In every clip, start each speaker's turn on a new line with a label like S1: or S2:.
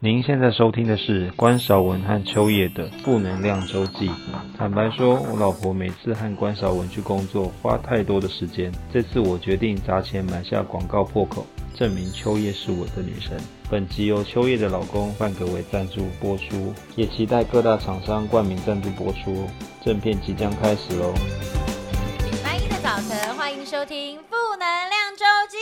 S1: 您现在收听的是关少文和秋叶的《负能量周记》。坦白说，我老婆每次和关少文去工作花太多的时间，这次我决定砸钱买下广告破口，证明秋叶是我的女神。本集由秋叶的老公范格为赞助播出，也期待各大厂商冠名赞助播出哦。正片即将开始喽！
S2: 礼拜一的早晨，欢迎收听《负能量周记》。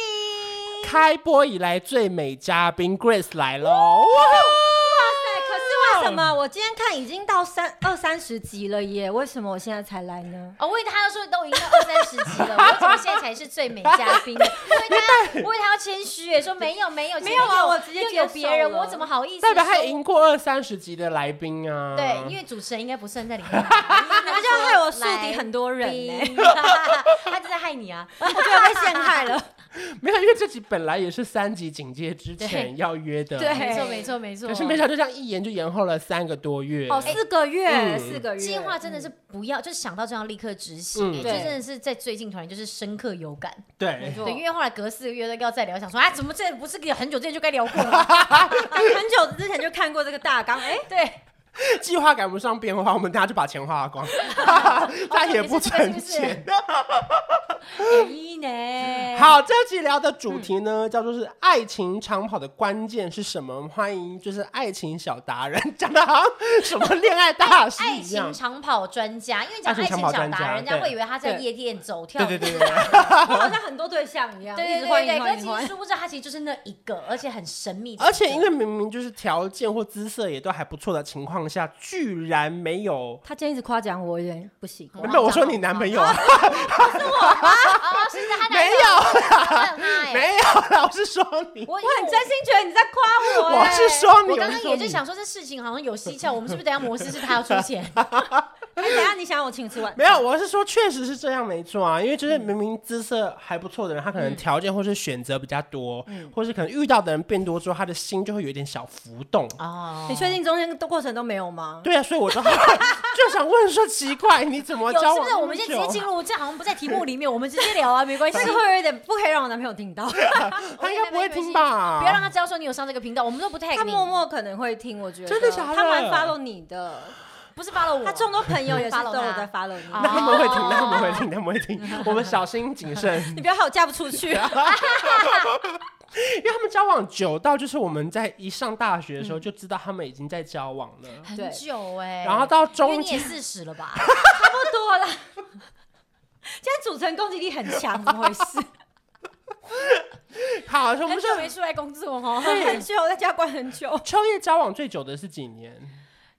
S3: 开播以来最美嘉宾 Grace 来喽！哇
S4: 哇塞！可是为什么我今天看已经到三 二三十集了耶？为什么我现在才来 呢？
S2: 哦，我以为他要说都已经到二三十集了，我怎么现在才是最美 嘉宾？因为他，我以为他要谦虚耶，说没有没有
S4: 没有啊
S2: 前面
S4: 我直接
S2: 又
S4: 接受
S2: 有别人，
S4: 了
S2: 我怎么好意思
S3: 代
S2: 说？
S3: 表他赢过二三十集的来宾啊！
S2: 对，因为主持人应该不算在里面，
S4: 你
S2: 他
S4: 们这样害我树敌很多人呢、
S2: 他就在害你啊！
S4: 我觉得被陷害了。
S3: 没有，因为这集本来也是三级警戒 之
S2: 对
S3: 前要约的，
S4: 对
S2: 没错没错没错，
S3: 可是没想到就这样一延就延后了三个多月。
S4: 哦，四个月，
S3: 嗯
S4: 四个月，
S2: 计划真的是不要，就是想到就要立刻执行、
S3: 嗯
S2: 哎
S4: 对
S2: 这真的是在最近团员就是深刻有感。
S3: 对，
S4: 错
S2: 对，因为后来隔四个月要再聊，想说啊，怎么这不是很久之前就该聊过了？
S4: 哎很久之前就看过这个大纲，哎、
S2: 对，
S3: 计划赶不上变化，我们大家就把钱花 光，再也不存钱。
S2: 一呢？
S3: 嗯好，这期聊的主题呢，叫做是爱情长跑的关键是什么？欢迎就是爱情小达人，讲的好像什么恋哎爱大师
S2: 爱
S3: 一样
S2: 情。长跑专家，因为讲
S3: 爱情
S2: 爱情
S3: 长跑
S2: 小
S3: 专
S2: 达
S3: 家
S2: 人，人家
S3: 对
S2: 会以为他在
S4: 对
S2: 夜店走跳。
S3: 对 对对对对。
S4: 我好像很多对象一样，
S2: 对
S4: 一
S2: 对
S4: 直
S2: 对
S4: 换
S2: 对，
S4: 一
S2: 可
S4: 换
S2: 是
S4: 一
S2: 其实
S4: 换。
S2: 殊不知他其实就是那一个，而且很神秘。
S3: 而且因为明明就是条件或姿色也都还不错的情况下，居然没有。
S4: 他今天一直夸奖我，有点不习惯
S2: 哇。
S3: 没有，我说你男朋友啊，
S2: 哦，是他
S3: 没有，
S2: 看他哎，
S3: 没有啦，我是说你，
S2: 我
S4: 我很真。心觉得你在夸我、
S3: 我
S4: 哎
S3: 是说你，
S2: 我刚刚
S3: 我是说
S2: 也就
S3: 你
S2: 想说，这事情好像有蹊跷，我们是不是等一下模式是他要出钱？
S4: 哎等一下你想我请吃完？
S3: 没有，我是说确实是这样，没错啊，因为
S2: 嗯
S3: 就是明明姿色还不错的人，他可能条件或是选择比较多，
S2: 嗯
S3: 或是可能遇到的人变多之后，他的心就会有一点小浮动。
S2: 哦
S4: 你确定中间的过程都没有吗？
S3: 对啊，所以我就 就想问说，奇怪，你怎么
S2: 有
S3: 交
S2: 是
S3: 往
S2: 不是？
S3: 那
S2: 我
S3: 么
S2: 们先直
S3: 久
S2: 接进入，这好像不在题目里面，我们直接聊啊，没关系
S4: 这。个会有一点不可以让我男朋友听 到，
S3: 他应该不会听吧？
S2: 不要让他知道说你有上这个频道，我们都不 tag
S4: 他
S2: 你，
S4: 默默可能会听。我觉得
S3: 真的假的
S4: 他蛮 follow 你的，
S2: 不是 follow 我，
S4: 他众多朋友也是
S2: follow
S4: 都有
S2: 他
S4: 在 follow 你。
S3: 那他们会听，
S2: 哦
S3: 那他们会听，他们会 听，我们小心谨慎。
S4: 你不要害我嫁不出去。啊
S3: 因为他们交往久到，就是我们在一上大学的
S2: 嗯
S3: 时候就知道他们已经在交往了，
S2: 很
S4: 对
S2: 久哎、
S3: 然后到
S2: 因为
S3: 中
S2: 你也
S3: 间
S2: 四十了 吧？
S4: 差不多啦。今天主持人攻击力很强，怎么 回事？
S3: 好，我们
S2: 很
S3: 是
S2: 久没出来工作哦。
S4: 很久，我在家关很久。
S3: 秋叶交往最久的是几年？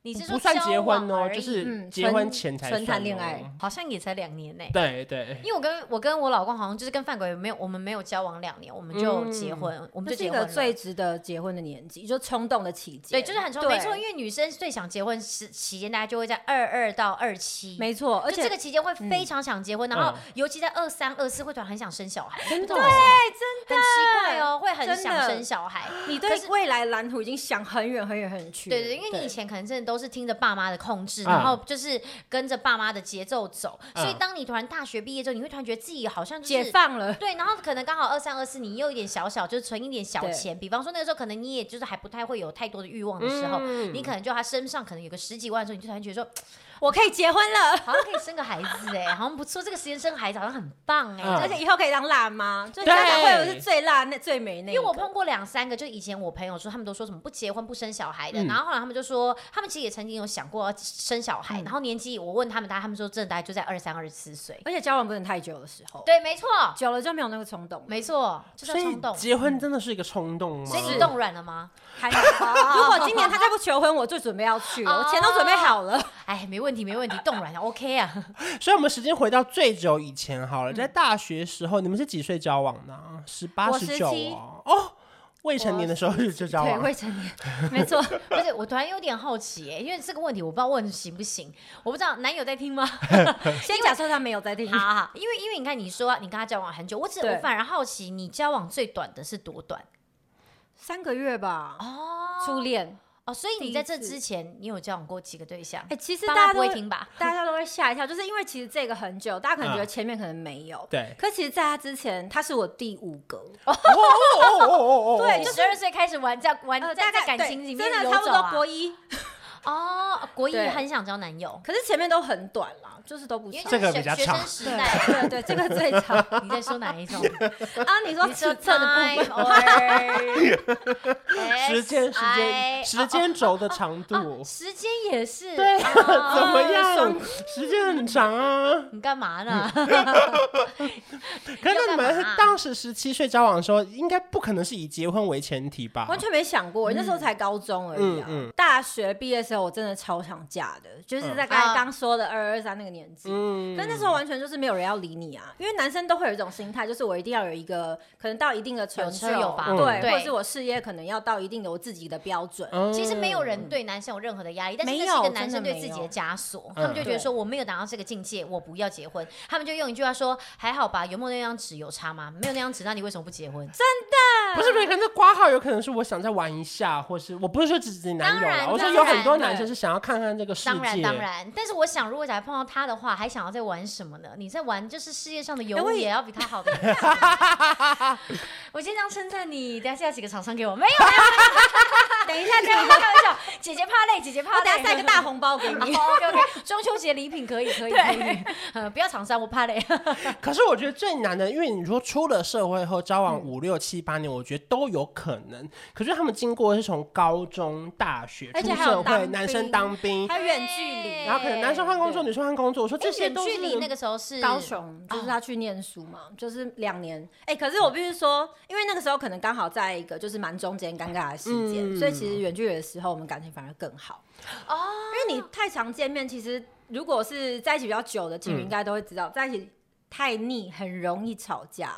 S2: 你是
S3: 不
S2: 说
S3: 算结婚
S2: 交往
S3: 哦，
S2: 而
S3: 就
S2: 已
S3: 是
S4: 嗯
S3: 结婚
S4: 纯
S3: 前才
S4: 纯
S3: 算
S4: 谈恋
S3: 哦
S4: 爱。
S2: 好像也才两年呢、
S3: 对对，
S2: 因为我跟我跟我老公好像就是跟范鬼没有，我们没有交往两年，我们就
S3: 嗯
S2: 结婚，我们
S4: 这
S2: 就是
S4: 一
S2: 结
S4: 个
S2: 婚
S4: 最
S2: 了。
S4: 值得结婚的年纪，就冲动的期间。
S2: 对，就是很冲动，没错。因
S4: 为
S2: 为女生最想结婚时期间，大家就会在二二到二七，
S4: 没错，而
S2: 就
S4: 且
S2: 这个期间会非常想结婚，然后
S3: 嗯
S2: 尤其在二三、二四会突然很想生小孩，
S3: 真的
S2: 对，
S3: 哦
S2: 很奇怪哦，会很
S4: 真的
S2: 想生小孩。
S4: 你
S2: 可
S4: 对
S2: 是
S4: 未来蓝图已经想很远很远很远去了。
S2: 对对，因为你以前可能真的都是听着爸妈的控制，
S3: 嗯
S2: 然后就是跟着爸妈的节奏走，
S3: 嗯
S2: 所以当你突然大学毕业之后，你会突然觉得自己好像就是
S4: 解。放了，
S2: 对，然后可能刚好二三二四，你又有一点小小，就是存一点小钱。比方说那个时候，可能你也就是还不太会有太多的欲望的时候，
S3: 嗯
S2: 你可能就他身上可能有个十几万的时候，你就突然觉得说，
S4: 我可以结婚了，
S2: 好像可以生个孩子哎、好像不错，这个时间生孩子好像很棒哎、
S3: 嗯
S4: 而且以后可以当辣妈，就
S3: 对
S4: 家长会有是最辣那最美那一
S2: 因
S4: 个。
S2: 为我碰过两三个，就以前我朋友说，他们都说什么不结婚不生小孩的，
S3: 嗯
S2: 然后后来他们就说，他们其实也曾经有想过要生小孩，然后年纪我问他们，大家他们说真的大概就在二三二十四岁，
S4: 而且交往不能太久的时候，
S2: 对，没错，
S4: 久了就没有那个冲动。
S2: 没错，就是
S3: 所
S2: 要
S3: 以
S2: 冲动，
S3: 结婚真的是一个冲动吗？
S2: 所以你冻软了吗？
S4: 还没如果今年他再不求婚，我就准备要去了，我钱都准备好了。
S2: 哎，没问题，没问题，冻软了 OK 啊，
S3: 所以我们时间回到最久以前好了，在大学时候，你们是几岁交往的啊？十八、
S4: 我
S3: 十九
S4: 17
S3: 哦，哦，未成年的时候就交
S4: 对，
S3: 往了，
S4: 未成年，没错。
S2: 不是，我突然有点好奇、哎，因为这个问题我不知道问行不行，我不知道男友在听吗？
S4: 先假设他没有在听
S2: 好，好好，因为因为你看你说你跟他交往很久，我只
S4: 对
S2: 我反而好奇你交往最短的是多短
S4: 三个月吧，
S2: 哦
S4: 初恋。
S2: 哦，所以你在这
S4: 第一次
S2: 之前，你有交往过几个对象？
S4: 哎、其实
S2: 爸
S4: 大
S2: 妈
S4: 家
S2: 不
S4: 都
S2: 会听吧？
S4: 大家都会吓一跳，就是因为其实这个很久，大家可能觉得
S3: 嗯
S4: 前面可能没有，
S3: 对
S4: 可其实在他之前，他是我第五个，
S3: 哦哦哦哦哦，
S4: 对
S2: 你
S4: 就是
S2: 十二岁开始玩在玩
S4: 呃
S2: 在
S4: 大
S2: 在
S4: 概
S2: 感
S4: 对
S2: 情里面
S4: 真的
S2: 游
S4: 差不
S2: 走
S4: 多
S2: 啊
S4: 国一，
S2: 哦，国一
S4: 对
S2: 很想交男友，
S4: 可是前面都很短啦，就是都不
S2: 因为
S4: 长。
S3: 这个
S2: 学
S3: 比较
S2: 学
S3: 长
S2: 生时 代。
S4: 对对对，这个最长
S2: 你在说哪一 种？
S4: 啊！你说
S2: 你
S4: 尺
S2: 说
S4: 寸的
S2: time
S4: 部分，
S2: or
S3: 时间时
S2: I-
S3: 间时间轴的长度，
S2: 时间也是
S3: 对啊，
S2: 哦
S3: 怎么样？时间很长啊。
S2: 你干嘛呢？
S3: 可是
S2: 要
S3: 你
S2: 干
S3: 们
S2: 嘛啊
S3: 当时十七岁交往的时候，应该不可能是以结婚为前提吧？
S4: 完全没想过，那时候才高中而已啊。
S3: 嗯嗯嗯
S4: 大学毕业的时候，我真的超想嫁的，就是大概
S2: 嗯
S4: 刚说的二二三那个年纪。
S3: 嗯
S4: 可是那时候完全就是没有人要理你啊，因为男生都会有一种心态，就是我一定要有一个可能到一定的成就，
S2: 有车有房
S4: 对，
S2: 嗯
S4: 或者
S2: 对
S4: 是我事业可能要到一定的我自己的标准。
S3: 嗯
S2: 其实没有人对男生有任何的压力，但是
S4: 没
S2: 那
S4: 有
S2: 是一个男
S4: 真的
S2: 生
S4: 没
S2: 对
S4: 有
S2: 自己的枷锁，他们就觉得
S4: 对
S2: 说我没有达到这个境界，我不要结婚。他们就用一句话说：“还好吧，有没有那张纸有差吗？没有那张纸，那你为什么不结婚？”
S3: 不是不是，可能这挂号有可能是我想再玩一下，或是我不是说只指男友
S2: 当
S3: 啦，
S2: 然
S3: 我说
S2: 当
S3: 有很
S2: 然
S3: 多
S2: 对
S3: 男生是想要看看这个世界。
S2: 当然当然，但是我想，如果假如碰到他的话，还想要再玩什么呢？你在玩就是世界上的
S4: 哎
S2: 游
S4: 我
S2: 物
S4: 也
S2: 也要比他好的游戏。我先这样称赞你，等下下几个厂商给我没有啦？
S4: 等一下，
S2: 没有啦，开玩笑，姐姐怕累，姐姐怕
S4: 我
S2: 累。
S4: 等下塞个大红包给你。
S2: OK OK，中秋节礼品可以可以可以，呃，不要厂商，我怕 累。
S3: 可是我觉得最难的，因为你说出了社会后交
S4: 嗯
S3: 往五六七八年，我觉得都有可能。可是他们经过的是从高中、大学、
S4: 而
S3: 出
S4: 且还有
S3: 社
S4: 当
S3: 会，
S4: 兵
S3: 男生当兵，
S4: 还有哎远距离，
S3: 然后可能男生换工作，女生换工作。我说这
S2: 这
S3: 些
S2: 远
S3: 都
S2: 距
S3: 是
S2: 离那个时候是
S4: 高雄，就是他去念书嘛，就是两年。哎、可是我必须说，因为那个时候可能刚好在一个就是蛮中间尴尬的时间，
S3: 嗯
S4: 所以其实远距离的时候，我们感情反而更好。哦，因为你太常见面，其实如果是在一起比较久的情侣，应该都会知道，在一起太腻，很容易吵架。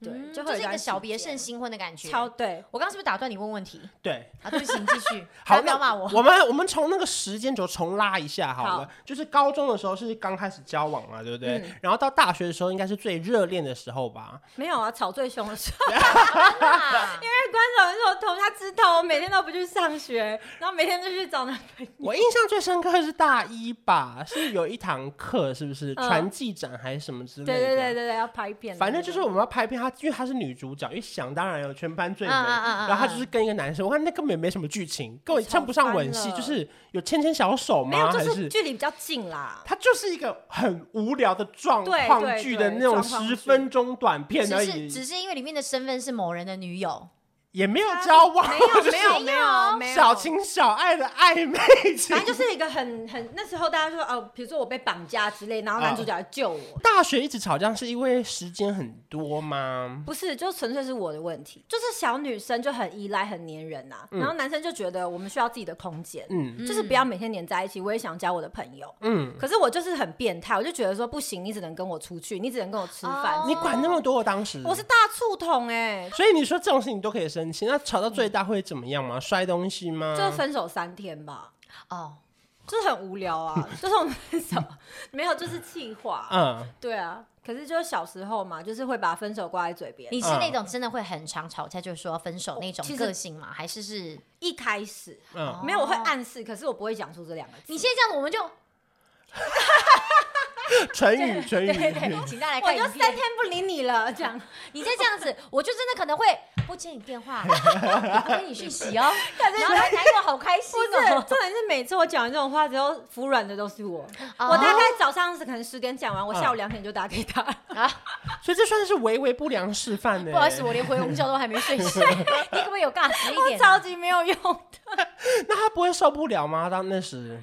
S4: 对，
S2: 嗯
S4: 就
S2: 就
S4: 会有
S2: 是一
S4: 段
S2: 个
S4: 时
S2: 小别
S4: 间
S2: 胜新婚的感觉。
S4: 超对。
S2: 我刚刚是不是打断你问问题
S3: 对。
S2: 啊？对不起，你继 续，
S3: 好，
S2: 不要
S3: 那
S2: 骂我。
S3: 我们我们从那个时间轴重拉一下好了，
S4: 好嗯
S3: 就是高中的时候是刚开始交往嘛，对不对？然后到大学的时候应该是最热恋的时候吧。
S4: 没有啊，吵最凶的时候，
S2: 啊
S4: 因为关总是我同他知道我每天都不去上学，然后每天就去找男朋友。
S3: 我印象最深刻是大一吧，是有一堂课，是不是
S4: 嗯
S3: 传记展还是什么之类的？
S4: 对对对对对，要拍片的那种。
S3: 反正就是我们要拍片，她因为她是女主角，因为想当然有全班最美，
S2: 啊
S4: 嗯
S2: 啊啊啊啊
S3: 然后她就是跟一个男生，我看那根本没什么剧情，根本称不上吻戏，
S4: 超翻了
S3: 就是有牵牵小手
S4: 没
S3: 吗？
S4: 有，
S3: 还
S4: 就是
S3: 是
S4: 距离比较近啦。
S3: 它就是一个很无聊的状
S4: 对
S3: 况
S4: 对
S3: 剧
S4: 对
S3: 的那种
S4: 状况
S3: 十
S4: 剧
S3: 分钟短 片而
S2: 只是
S3: 已，
S2: 只 是因为里面的身份是某人的女友，
S3: 也没有交往，
S4: 没有
S3: 就是啊
S4: 没有没有没有，
S3: 小情小爱的暧昧情
S4: 反正就是一个很很那时候大家说哦，比如说我被绑架之类，然后男主角来救我。
S3: 大学一直吵架是因为时间很多吗？
S4: 不是，就纯粹是我的问题，就是小女生就很依赖、很黏人呐、然后男生就觉得我们需要自己的空间，
S3: 嗯
S4: 就是不要每天黏在一起。我也想交我的朋友，
S3: 嗯，
S4: 可是我就是很变态，我就觉得说不行，你只能跟我出去，你只能跟我吃饭。
S2: 哦
S3: 你管那么多？当时
S4: 我是大触桶哎、
S3: 所以你说这种事情你都可以生气，那吵到
S2: 嗯
S3: 最大会怎么样吗？摔东西吗？
S4: 就分手三天吧，
S2: 哦，
S4: 就是很无聊啊，就是我们分手没有，就是气话，
S3: 嗯，
S4: 对啊，可是就是小时候嘛，就是会把分手挂在嘴边。
S2: 你是
S3: 嗯
S2: 那种真的会很常吵架，就是说分手那种
S4: 啊其实
S2: 个性吗？还是是？
S4: 一开始、
S2: 哦
S3: 嗯
S4: 没有，我会暗示，可是我不会讲出这两个字。
S2: 你现在这样子，我们 就
S3: 成语成
S2: 对对
S3: 语，
S2: 对，请大家来
S4: 我
S2: 看
S4: 就
S2: 影
S4: 三
S2: 片
S4: 天。不理你了， 这样。
S2: 你再这样子，我就真的可能会不接你电 话，不回你讯息哦。然后男友好开心
S4: 不是，
S2: 哦。
S4: 重点是每次我讲完这种话之后，服软的都是我。
S2: 哦
S4: 我大概早上是可能十点讲完，我
S3: 嗯
S4: 下午两点就打给他。
S2: 啊，
S3: 所以这算是微微不良示范呢。
S2: 不好意思，我连回笼觉都还没睡醒， 你可不可以有尬死一
S4: 我
S2: 点
S4: 超
S2: 啊？
S4: 级没有用的。
S3: 那他不会受不了吗？当那时，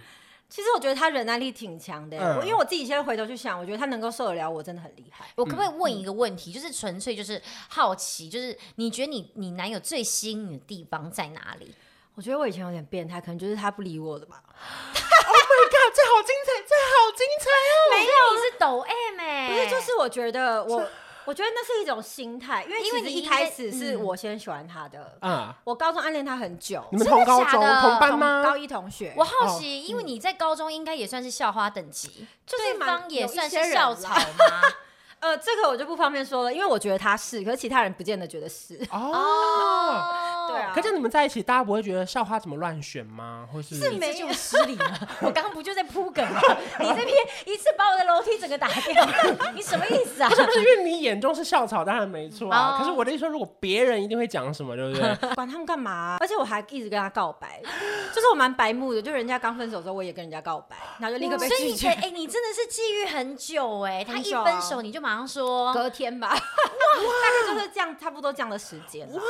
S4: 其实我觉得他忍耐力挺强的、欸
S3: 嗯
S4: 我因为我自己现在回头去想，我觉得他能够受得了我，真的很厉害。
S2: 我可不可以问一个问题？就是纯粹就是好奇，就是你觉得你你男友最吸引你的地方在哪里？
S4: 我觉得我以前有点变态，可能就是他不理我的吧。
S3: Oh my god，这好精彩，这好精彩
S2: 没有，你是抖 M 哎、
S4: 不是，就是我觉得我，我觉得那是一种心态，因为
S2: 因为
S4: 其实
S2: 你
S4: 一
S2: 应
S4: 开
S2: 该
S4: 始是
S2: 嗯
S4: 我先喜欢他的，
S3: 哦！啊，
S4: 我高中暗恋他很久，
S3: 你们
S2: 真的
S3: 同高
S2: 假
S3: 中
S2: 的
S3: 同班
S4: 同
S3: 吗
S4: 高？一同学，
S2: 我好奇，因为你在高中应该也算是校花等级，
S4: 哦嗯就是
S2: 对
S4: 蛮
S2: 方也
S4: 有一
S2: 算
S4: 些
S2: 是
S4: 人
S2: 校
S4: 啦
S2: 草吗？
S4: 呃，这个我就不方便说了，因为我觉得他是，可是其他人不见得觉得是。
S3: 哦，
S4: 嗯对啊
S3: 可是你们在一起，大家不会觉得校花怎么乱选吗？或是
S4: 是
S2: 没
S4: 没
S2: 有失礼吗？我刚刚不就在铺梗吗？你这边一次把我的楼梯整个打掉，你什么意思啊
S3: 不？是不是，因为你眼中是校草，当然没错
S2: 哦
S3: 啊。可是我的意思说，如果别人一定会讲什么，对不对？
S4: 管他们干嘛、啊而且我还一直跟他告白，就是我蛮白目的，就人家刚分手的时候，我也跟人家告白，然后就立刻被
S2: 所以
S4: 拒
S2: 你可以
S4: 绝。
S2: 哎、你真的是觊觎很久哎、他
S4: 很
S2: 一
S4: 久啊
S2: 分手你就马上说，
S4: 隔天
S2: 哦
S4: 吧，大概就是这样，差不多这样的时间啊。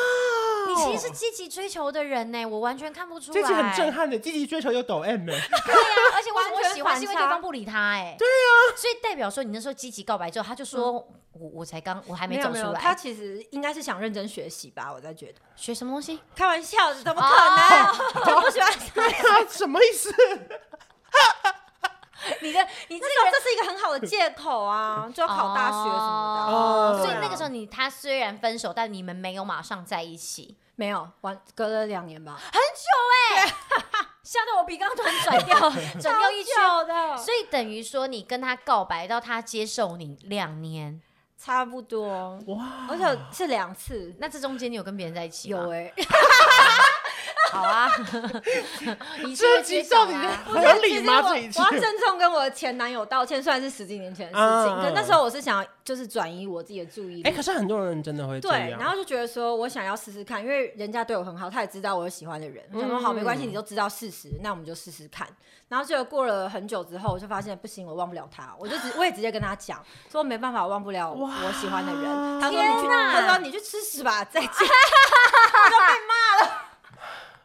S2: 你其实是积极追求的人呢、我完全看不出来。
S3: 哦这集很震撼的，积极追求又抖 M 欸呢、
S2: 对呀、 而且为什么
S4: 完
S2: 我
S4: 全
S2: 喜欢是因为
S4: 反
S2: 对
S4: 差
S2: 方不理他哎、对呀、所以代表说你那时候积极告白之后，他就说、我我才刚我还没
S4: 有
S2: 走
S4: 没
S2: 出
S4: 有，
S2: 来，
S4: 他其实应该是想认真学习吧，我在觉得。
S2: 学什么东西？
S4: 开玩笑，怎么可 能？他不喜欢
S3: 哦对啊，什么意思？
S2: 你的你这
S4: 那种，这是一个很好的借口啊，就要考大学什么 的。
S3: 哦
S2: 所以
S3: 对啊
S2: 那个时候你他虽然分手，但你们没有马上在一起，
S4: 没有，完隔了两 年吧，
S2: 吓得我鼻刚突然转 掉转掉一圈。
S4: 久的，
S2: 所以等于说你跟他告白到他接受你两年，
S4: 差不多。
S3: 哇，
S4: 而且是两次，
S2: 那这中间你有跟别人在一起吗？
S4: 有
S3: 欸
S4: 哎、
S2: 好 啊，你去
S3: 这
S2: 会
S3: 集
S2: 揭晓
S3: 到底
S2: 啊。
S3: 合理吗？这
S4: 其实
S3: 一
S4: 我
S3: 切
S4: 我要郑重跟我的前男友道歉，虽然是十几年前的事情，
S3: 嗯嗯
S4: 可那时候我是想要就是转移我自己的注意力。
S3: 哎、可是很多人真的会这
S4: 对，
S3: 样。
S4: 然后就觉得说我想要试试看，因为人家对我很好，他也知道我有喜欢的人。我想说好，没关
S3: 嗯
S4: 系，你都知道事实，那我们就试试看。然后结果过了很久之后，我就发现不行，我忘不了他，我就直我也直接跟他讲，说没办法，我忘不了我喜欢的人。他说你去，他说你去吃屎吧，再见。我就被骂了。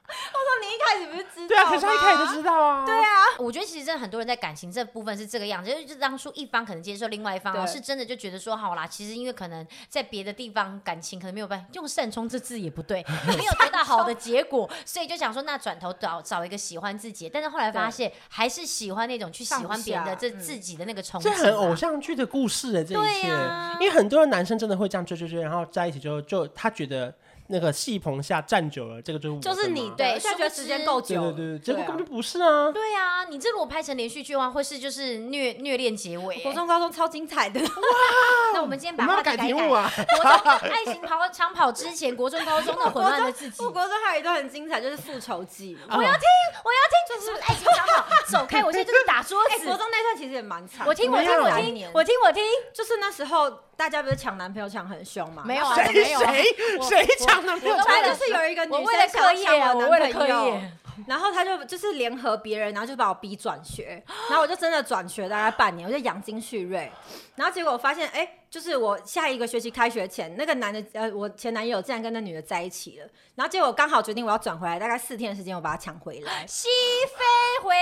S4: 我说你一开始不是知
S3: 对
S4: 道
S2: 哦
S3: 啊，
S4: 吗？
S3: 可是他一开始就知道啊。对啊，
S2: 我觉得其实真的很多人在感情这部分是这个样子，就是当初一方可能接受另外一方哦，
S4: 对
S2: 是真的就觉得说好啦，其实因为可能在别的地方感情可能没有办法用善终这字也不 对，没有得到好的结果，所以就想说那转头找找一个喜欢自己的，但是后来发现还是喜欢那种去喜欢别人的
S4: 放不
S2: 这
S4: 下嗯
S2: 自己的那个憧憬
S3: 这
S2: 啊、
S3: 很偶像剧的故事哎、这一切、
S2: 对啊
S3: 因为很多的男生真的会这样追追追，然后在一起之后，就他觉得那个戏棚下站久了，这个就是我
S4: 就是
S3: 的
S4: 你
S3: 嘛
S2: 对
S4: 对，现在觉得时间够
S3: 对
S4: 久
S3: 对
S4: 了，
S3: 对对，结果
S4: 对啊
S3: 根本就不是啊。
S2: 对啊，你这如果拍成连续剧的话，会是就是虐虐恋结尾、欸
S4: 国中、高中超精彩的。
S2: 那我们今天
S3: 啊我
S2: 把
S3: 们
S2: 话
S3: 要
S2: 题
S3: 改
S2: 改
S3: 题
S2: 一
S3: 目啊！
S2: 国中爱情跑长跑之前，国中高中的混乱的自己。
S4: 我 国中还有一段很精彩，就是复仇记。
S2: 我要听，我要听，就是哎爱情长跑，走开！我现在就是打桌
S4: 哎、
S2: 子
S4: 国。中那段其实也蛮惨的。
S2: 我听，我
S3: 没
S2: 听，
S3: 有
S2: 我
S4: 三
S2: 听
S4: 年，
S2: 我听，我听。
S4: 就是那时候大家不是抢男朋友抢很凶嘛？
S2: 没有啊，
S3: 谁
S2: 没有啊。
S3: 哎谁
S2: 我
S3: 谁抢男朋友
S2: 我？
S4: 反正就是有一个女
S2: 我
S4: 生
S2: 为了
S4: 想要
S2: 课业啊，
S4: 抢
S2: 我
S4: 我
S2: 为
S4: 男
S2: 了课
S4: 朋友，
S2: 业。
S4: 然后她就就是联合别人，然后就把我逼转学， 然后我就真的转学大概半年，我就养精蓄锐，然后结果我发现，哎、就是我下一个学期开学前，那个男的呃，我前男友竟然跟那女的在一起了，然后结果我刚好决定我要转回来，大概四天的时间，我把他抢回来，
S2: 西非回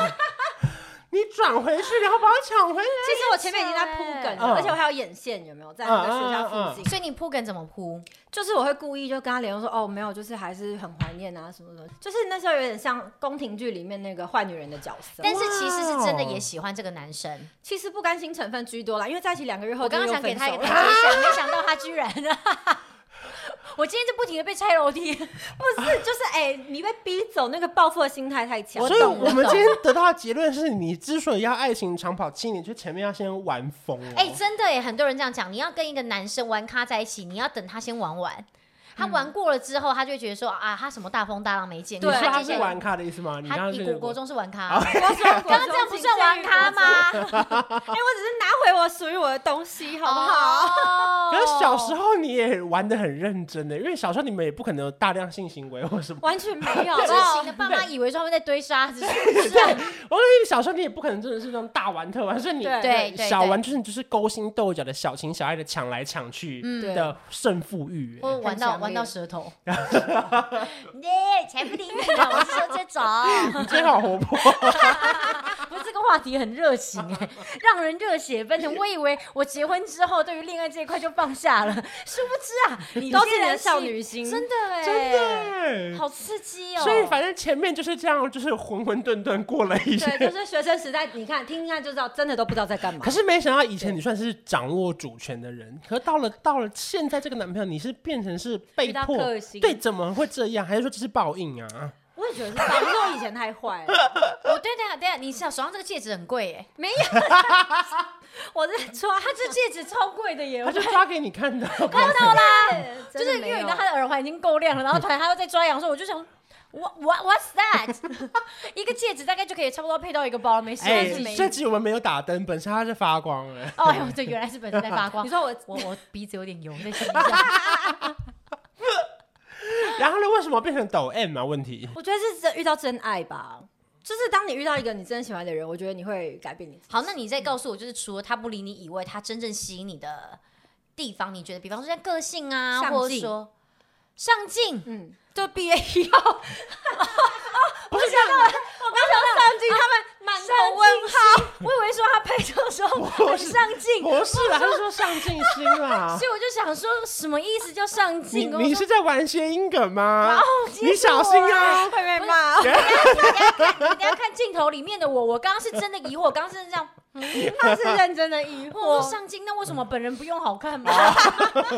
S2: 宫，
S3: 你转回去，然后把我抢回来。
S4: 其实我前面已经在铺梗
S3: 嗯
S4: 了，而且我还有眼线，有没有在那个学校附近？
S2: 所以你铺梗怎么铺？
S4: 就是我会故意就跟他联络说，哦，没有，就是还是很怀念啊，什么什么，就是那时候有点像宫廷剧里面那个坏女人的角色。
S2: 但是其实是真的也喜欢这个男生。
S4: 其实不甘心成分居多啦，因为在一起两个月后
S2: 我刚刚
S4: 就又
S2: 想给
S4: 分
S2: 他
S4: 手
S2: 一个台
S4: 了。
S2: 阶下，没想到他居然。 我今天就不停的被拆楼梯，
S4: 不是，就是哎、你被逼走，那个报复的心态太强。
S3: 所以我们今天得到的结论是你之所以要爱情长跑七年，就前面要先玩疯哦。
S2: 哎、真的耶，很多人这样讲，你要跟一个男生玩咖在一起，你要等他先玩完，他玩过了之后，他就会觉得说啊，他什么大风大浪没见
S3: 你
S2: 过，
S4: 对
S3: 说
S2: 他
S3: 他
S2: 接
S3: 是
S2: 下来
S3: 玩咖的意思吗？你刚
S2: 他
S3: 刚
S2: 以
S3: 是
S2: 国国中是玩咖，啊
S4: 国中，刚
S2: 刚刚这样不算玩咖？ 吗？
S4: 哎、我只是拿回我属于我的东西，好不好？
S2: 哦
S3: 可是小时候你也玩的很认真的，因为小时候你们也不可能有大量性行为或什么。
S4: 完全没有，好不
S2: 知
S4: 好
S2: 情的爸妈以为说他们在堆沙子，是不是？
S3: 我跟你小时候你也不可能真的是那种大玩特玩，所以你
S4: 对
S2: 对对
S3: 小玩就是你就是勾心斗角的小情小爱的抢来抢去
S4: 对
S3: 的胜负欲。
S4: 哦
S2: 我玩到
S4: 很强烈
S2: 玩到舌头， 耶，才不理你呢！我是说这种，
S3: 欸你真好活 泼，
S2: 不是这个话题很热情哎、让人热血沸腾。我以为我结婚之后对于恋爱这一块就放下了， 殊不知啊，你
S4: 都是
S2: 竟
S4: 你
S2: 然
S4: 的少女心，
S2: 真的哎、
S3: 真的。欸
S2: 好刺激哦！
S3: 所以反正前面就是这样，就是混混沌沌过了一
S4: 对，
S3: 些。
S4: 就是学生时代，你看听一看就知道，真的都不知道在干嘛
S3: 可。是没想到以前你算是掌握主权的人，可是到了到了现在这个男朋友，你是变成是被
S4: 遇到
S3: 迫
S4: 克星
S3: 对，怎么会这样？还是说这是报应啊？
S4: 我也觉觉得是大，因为我以前太坏了，
S2: 我对，等一下等一下，你手上这个戒指很贵耶，
S4: 没有，我在抓
S2: 他这戒指超贵的耶，
S3: 他
S2: 我
S3: 就抓给你看的，
S4: 看到啦，
S2: 就
S4: 就是是
S2: 因为
S4: 因为
S2: 你
S4: 你
S2: 知
S4: 知
S2: 道
S4: 道
S2: 他
S4: 他
S2: 的耳环已经够亮了，然后突然他又在抓痒，所以我就 想。我我 What's that？一 个戒指大概就可以差不多配到一个包了，没事，
S3: 哎
S2: 但是没。
S3: 这集我们没有打灯，本身它是发光的。
S2: 哦呦，这原来是本身在发 光
S4: 你。说我
S2: 我我鼻子有点油，再洗一下。
S3: 然后呢，为什么变成抖 M 啊？问题
S4: 我觉得是真遇到真爱吧，就是当你遇到一个你真的喜欢的人，我觉得你会改变你自 己。
S2: 好，那你再告诉我，就是除了他不理你以外，他真正吸引你的地方，你觉得，比方说在个性啊，
S4: 上进
S2: 或者说上进，
S4: 嗯，就毕业
S2: E
S4: 以后，
S2: 不是上
S4: 上进他们满头问号。
S2: 号，我以为说他拍照的时候很上进，
S3: 不是啊啦，他是说上进心啦
S2: 所。以我就想说什么意思叫上
S3: 你
S2: 进？
S3: 你是在玩谐音梗吗？
S2: 哦接
S3: 你小心啊！
S4: 会被骂哦，
S2: 我等一下看镜头里面的我，我刚刚是真的疑惑，我刚刚是这 样。嗯
S4: 他是认真的疑
S2: 我说
S4: 惑。
S2: 上镜，那为什么本人不用好看 吗？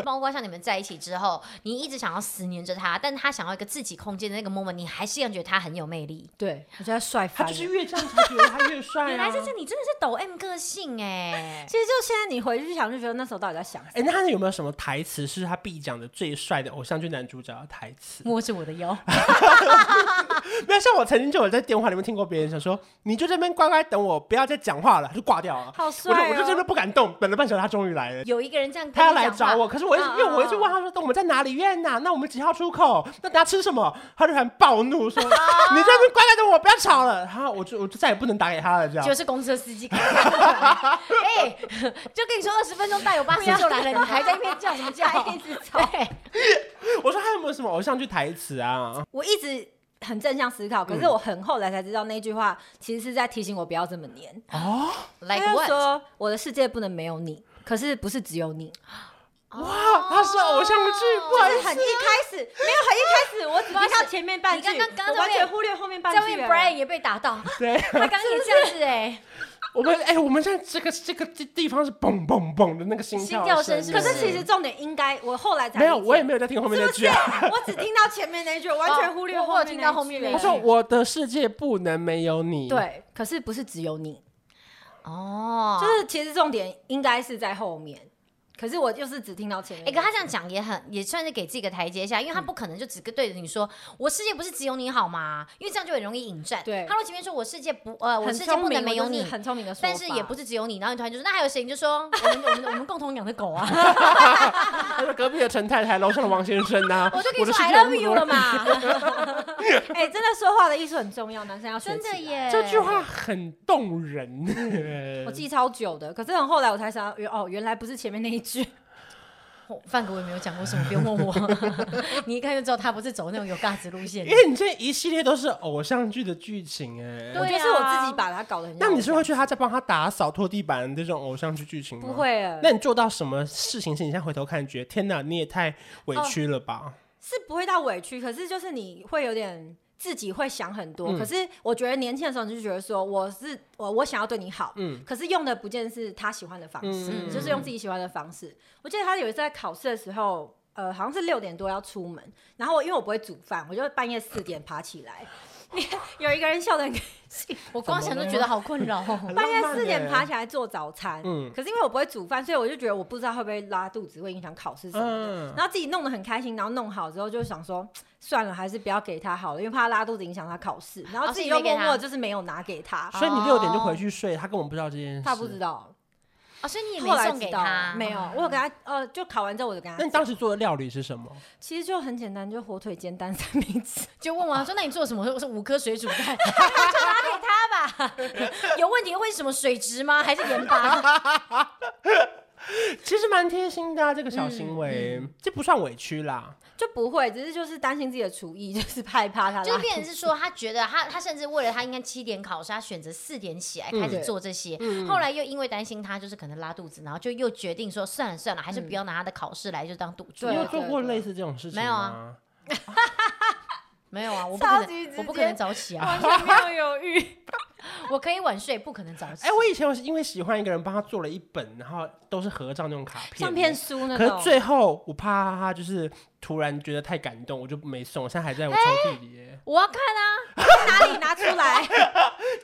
S2: 包括像你们在一起之后，你一直想要死黏着他，但他想要一个自己空间的那个 moment，你还是一样觉得他很有魅力。
S4: 对，我觉得帅
S3: 他
S4: 翻
S3: 就是
S4: 了。
S3: 越这样才觉得他越帅
S2: 原来
S3: 啊
S2: 是！这样，你真的是抖 M 个性哎、
S4: 其实就现在你回去想，就觉得那时候到底在想什么？
S3: 哎，那他有没有什么台词是他必讲的最帅的偶像剧男主角的台词？
S2: 摸着我的腰，
S3: 没有，像我曾经就有在电话里面听过别人想说，你就这边乖乖等我，不要再讲话了，他就挂掉了。
S4: 好
S3: 我就
S4: 帅
S3: 我就真的
S4: 哦！
S3: 不敢动，等了半小时，他终于来了。
S2: 有一个人这样跟
S3: 他要
S2: 你
S3: 来
S2: 讲
S3: 找 我，
S2: 话，
S3: 可是我一直
S4: 嗯嗯
S3: 因为我一直问他说：“我们在哪里院呐、那我们几号出口？那大家吃什么？”他就很暴怒说：“你在
S2: 啊
S3: 那边乖乖等我，不要吵了。”然后我就我就再也不能打给他了，这样。
S2: 就是公车司机开车过来。哎、就跟你说二十分钟大有八十就来了，你还在那边叫什 么叫？
S4: 还一直吵
S2: 对
S3: 我说还有没有什么偶像剧台词啊？
S4: 我一直很正向思考，可
S2: 嗯
S4: 是我很后来才知道那句话其实是在提醒我不要这么黏。
S3: 哦，
S2: ，like
S4: 他就
S2: what？
S4: 说我的世界不能没有你，可是不是只有你。
S3: 哇，他是偶像剧，不好意
S4: 就是
S3: 思
S4: 很一开始没有很一开始，我只听到前面半句，
S2: 啊你刚刚刚刚
S4: 我完全忽略后面半
S2: 在
S4: 句
S2: 外面
S3: 啊
S4: 了。
S2: Brian 也被打到，
S3: 对，
S2: 他刚也这样子哎、
S3: 我们哎、我们现在这个这个地地方是嘣嘣嘣的那个心
S2: 心跳
S3: 跳
S2: 声是不
S4: 可
S3: 可
S4: 是
S3: 是
S4: 其实重点应该，我后来才
S3: 没有，
S4: 理解
S3: 我也没有在听后面
S4: 是
S3: 那
S4: 不
S3: 句
S4: 是？
S3: 啊。
S4: 我只听到前面那句，我完全忽略
S2: 哦
S4: 后
S2: 我我
S4: 面
S2: 有
S4: 那一句
S2: 听到后面那一
S3: 他
S2: 句
S3: 说：“我的世界不能没有你。”，
S4: 对，可是不是只有你，
S2: 哦，
S4: 就。是其实重点应该是在后面，可是我就是只听到前面
S2: 哎、
S4: 那句。
S2: 可他这样讲也很，也算是给自己一个台阶下，因
S4: 嗯
S2: 为他不可能就只跟对着你说“我世界不是只有你好吗”，因为这样就很容易引战。
S4: 对
S2: 他若前面说“我世界不呃，我
S4: 很
S2: 世界
S4: 聪
S2: 不
S4: 明，
S2: 能没有
S4: 我就
S2: 你
S4: 是”，很聪明的说法，
S2: 但是也 不是只有你，然后你突然就说“那还有谁？”你就说“我们我们我们共同养的狗啊，
S3: 他说：“隔壁的陈太太，楼上的王先生呐、啊”，
S2: 我就跟你
S3: 的
S2: 说
S3: 世
S2: “I love
S3: 界不能没
S2: you”
S3: 有
S2: 了
S3: 你。
S2: 嘛。
S4: 哎、真的说话的艺术很重要，男生要学
S2: 真的
S4: 起来。
S2: 耶，
S3: 这句话很动人。
S4: 我记超久的，可是很后来我才想到，原哦，原来不是前面那一句。
S2: 哦范哥我也没有讲过什么，不用问我， 你一看就知道他不是走那种有价值路线的
S3: 因。为你这一系列都是偶像剧的剧情哎、
S2: 对啊
S4: 我就是我自己把它搞得很像
S3: 那
S4: 偶像。
S3: 你是会去他在帮他打扫拖地板的这种偶像剧剧情吗？
S4: 不。会耶？
S3: 那你做到什么事情是你现在回头看觉得天哪，你也太委屈了吧？
S4: 是不会到委屈，可是就是你会有点自己会想很多。
S3: 嗯
S4: 可是我觉得年轻的时候你就觉得说我是我我想要对你好，
S3: 嗯
S4: 可是用的不见是他喜欢的方式，
S3: 嗯
S4: 就是用自己喜欢的方式。我记得他有一次在考试的时候。呃，好像是六点多要出门，然后我因为我不会煮饭，我就半夜四点爬起来。 你有一个人笑得很开 心，
S2: 我光想都觉得好困扰哦。
S3: 很浪
S4: 半夜
S3: 漫
S4: 四点
S3: 耶
S4: 爬起来做早餐，
S3: 嗯
S4: 可是因为我不会煮饭，所以我就觉得我不知道会不会拉肚子，会影响考试什么的。
S3: 嗯
S4: 然后自己弄得很开心，然后弄好之后就想说，算了，还是不要给他好了，因为怕他拉肚子影响他考试。然
S2: 哦
S4: 后自己又默默就是没有拿给他，
S3: 啊所以你六点就回去睡，他根本不知道这件事。
S4: 他不知道。
S2: 啊，所以你也没
S4: 后来
S2: 送给
S4: 知道
S2: 他，嗯
S4: 没有，我有给他呃，就考完之后我就跟他
S3: 那你
S4: 讲，
S3: 当时做的料理是什么？
S4: 其实就很简单，就火腿煎蛋三明治。
S2: 就问我说：“那你做什么？”我说：“我是五颗水煮蛋， 就拿给他吧。有问题会是什么水质吗？还是盐 巴？
S3: 其实蛮贴心的、啊，这个小行为，嗯这不算委屈啦。
S4: 就不会，只是就是担心自己的厨艺，就是害怕他拉。
S2: 就变成是说，他觉得他他甚至为了他应该七点考试，他选择四点起来开始做这些。后来又因为担心他就是可能拉肚子，然后就又决定说算了算了，还是不要拿他的考试来就当赌注
S3: 你
S4: 对
S3: 有
S2: 了。
S3: 做过
S4: 对对
S3: 类似这种事情吗？
S2: 啊没有啊 没有啊，我不
S4: 超
S2: 可
S4: 级
S2: 能
S4: 直接
S2: 我不可能早起啊。哎
S4: 完全没有犹豫。
S2: 我可以晚睡，不可能早起。
S3: 哎、我以前我是因为喜欢一个人，帮他做了一本，然后都是合照那种卡片，
S4: 相片。书那
S3: 可
S4: 种
S3: 是。最后我怕他就是突然觉得太感动，我就没送，现在还在我抽屉里耶。
S2: 我要看啊，
S4: 哪里拿出来？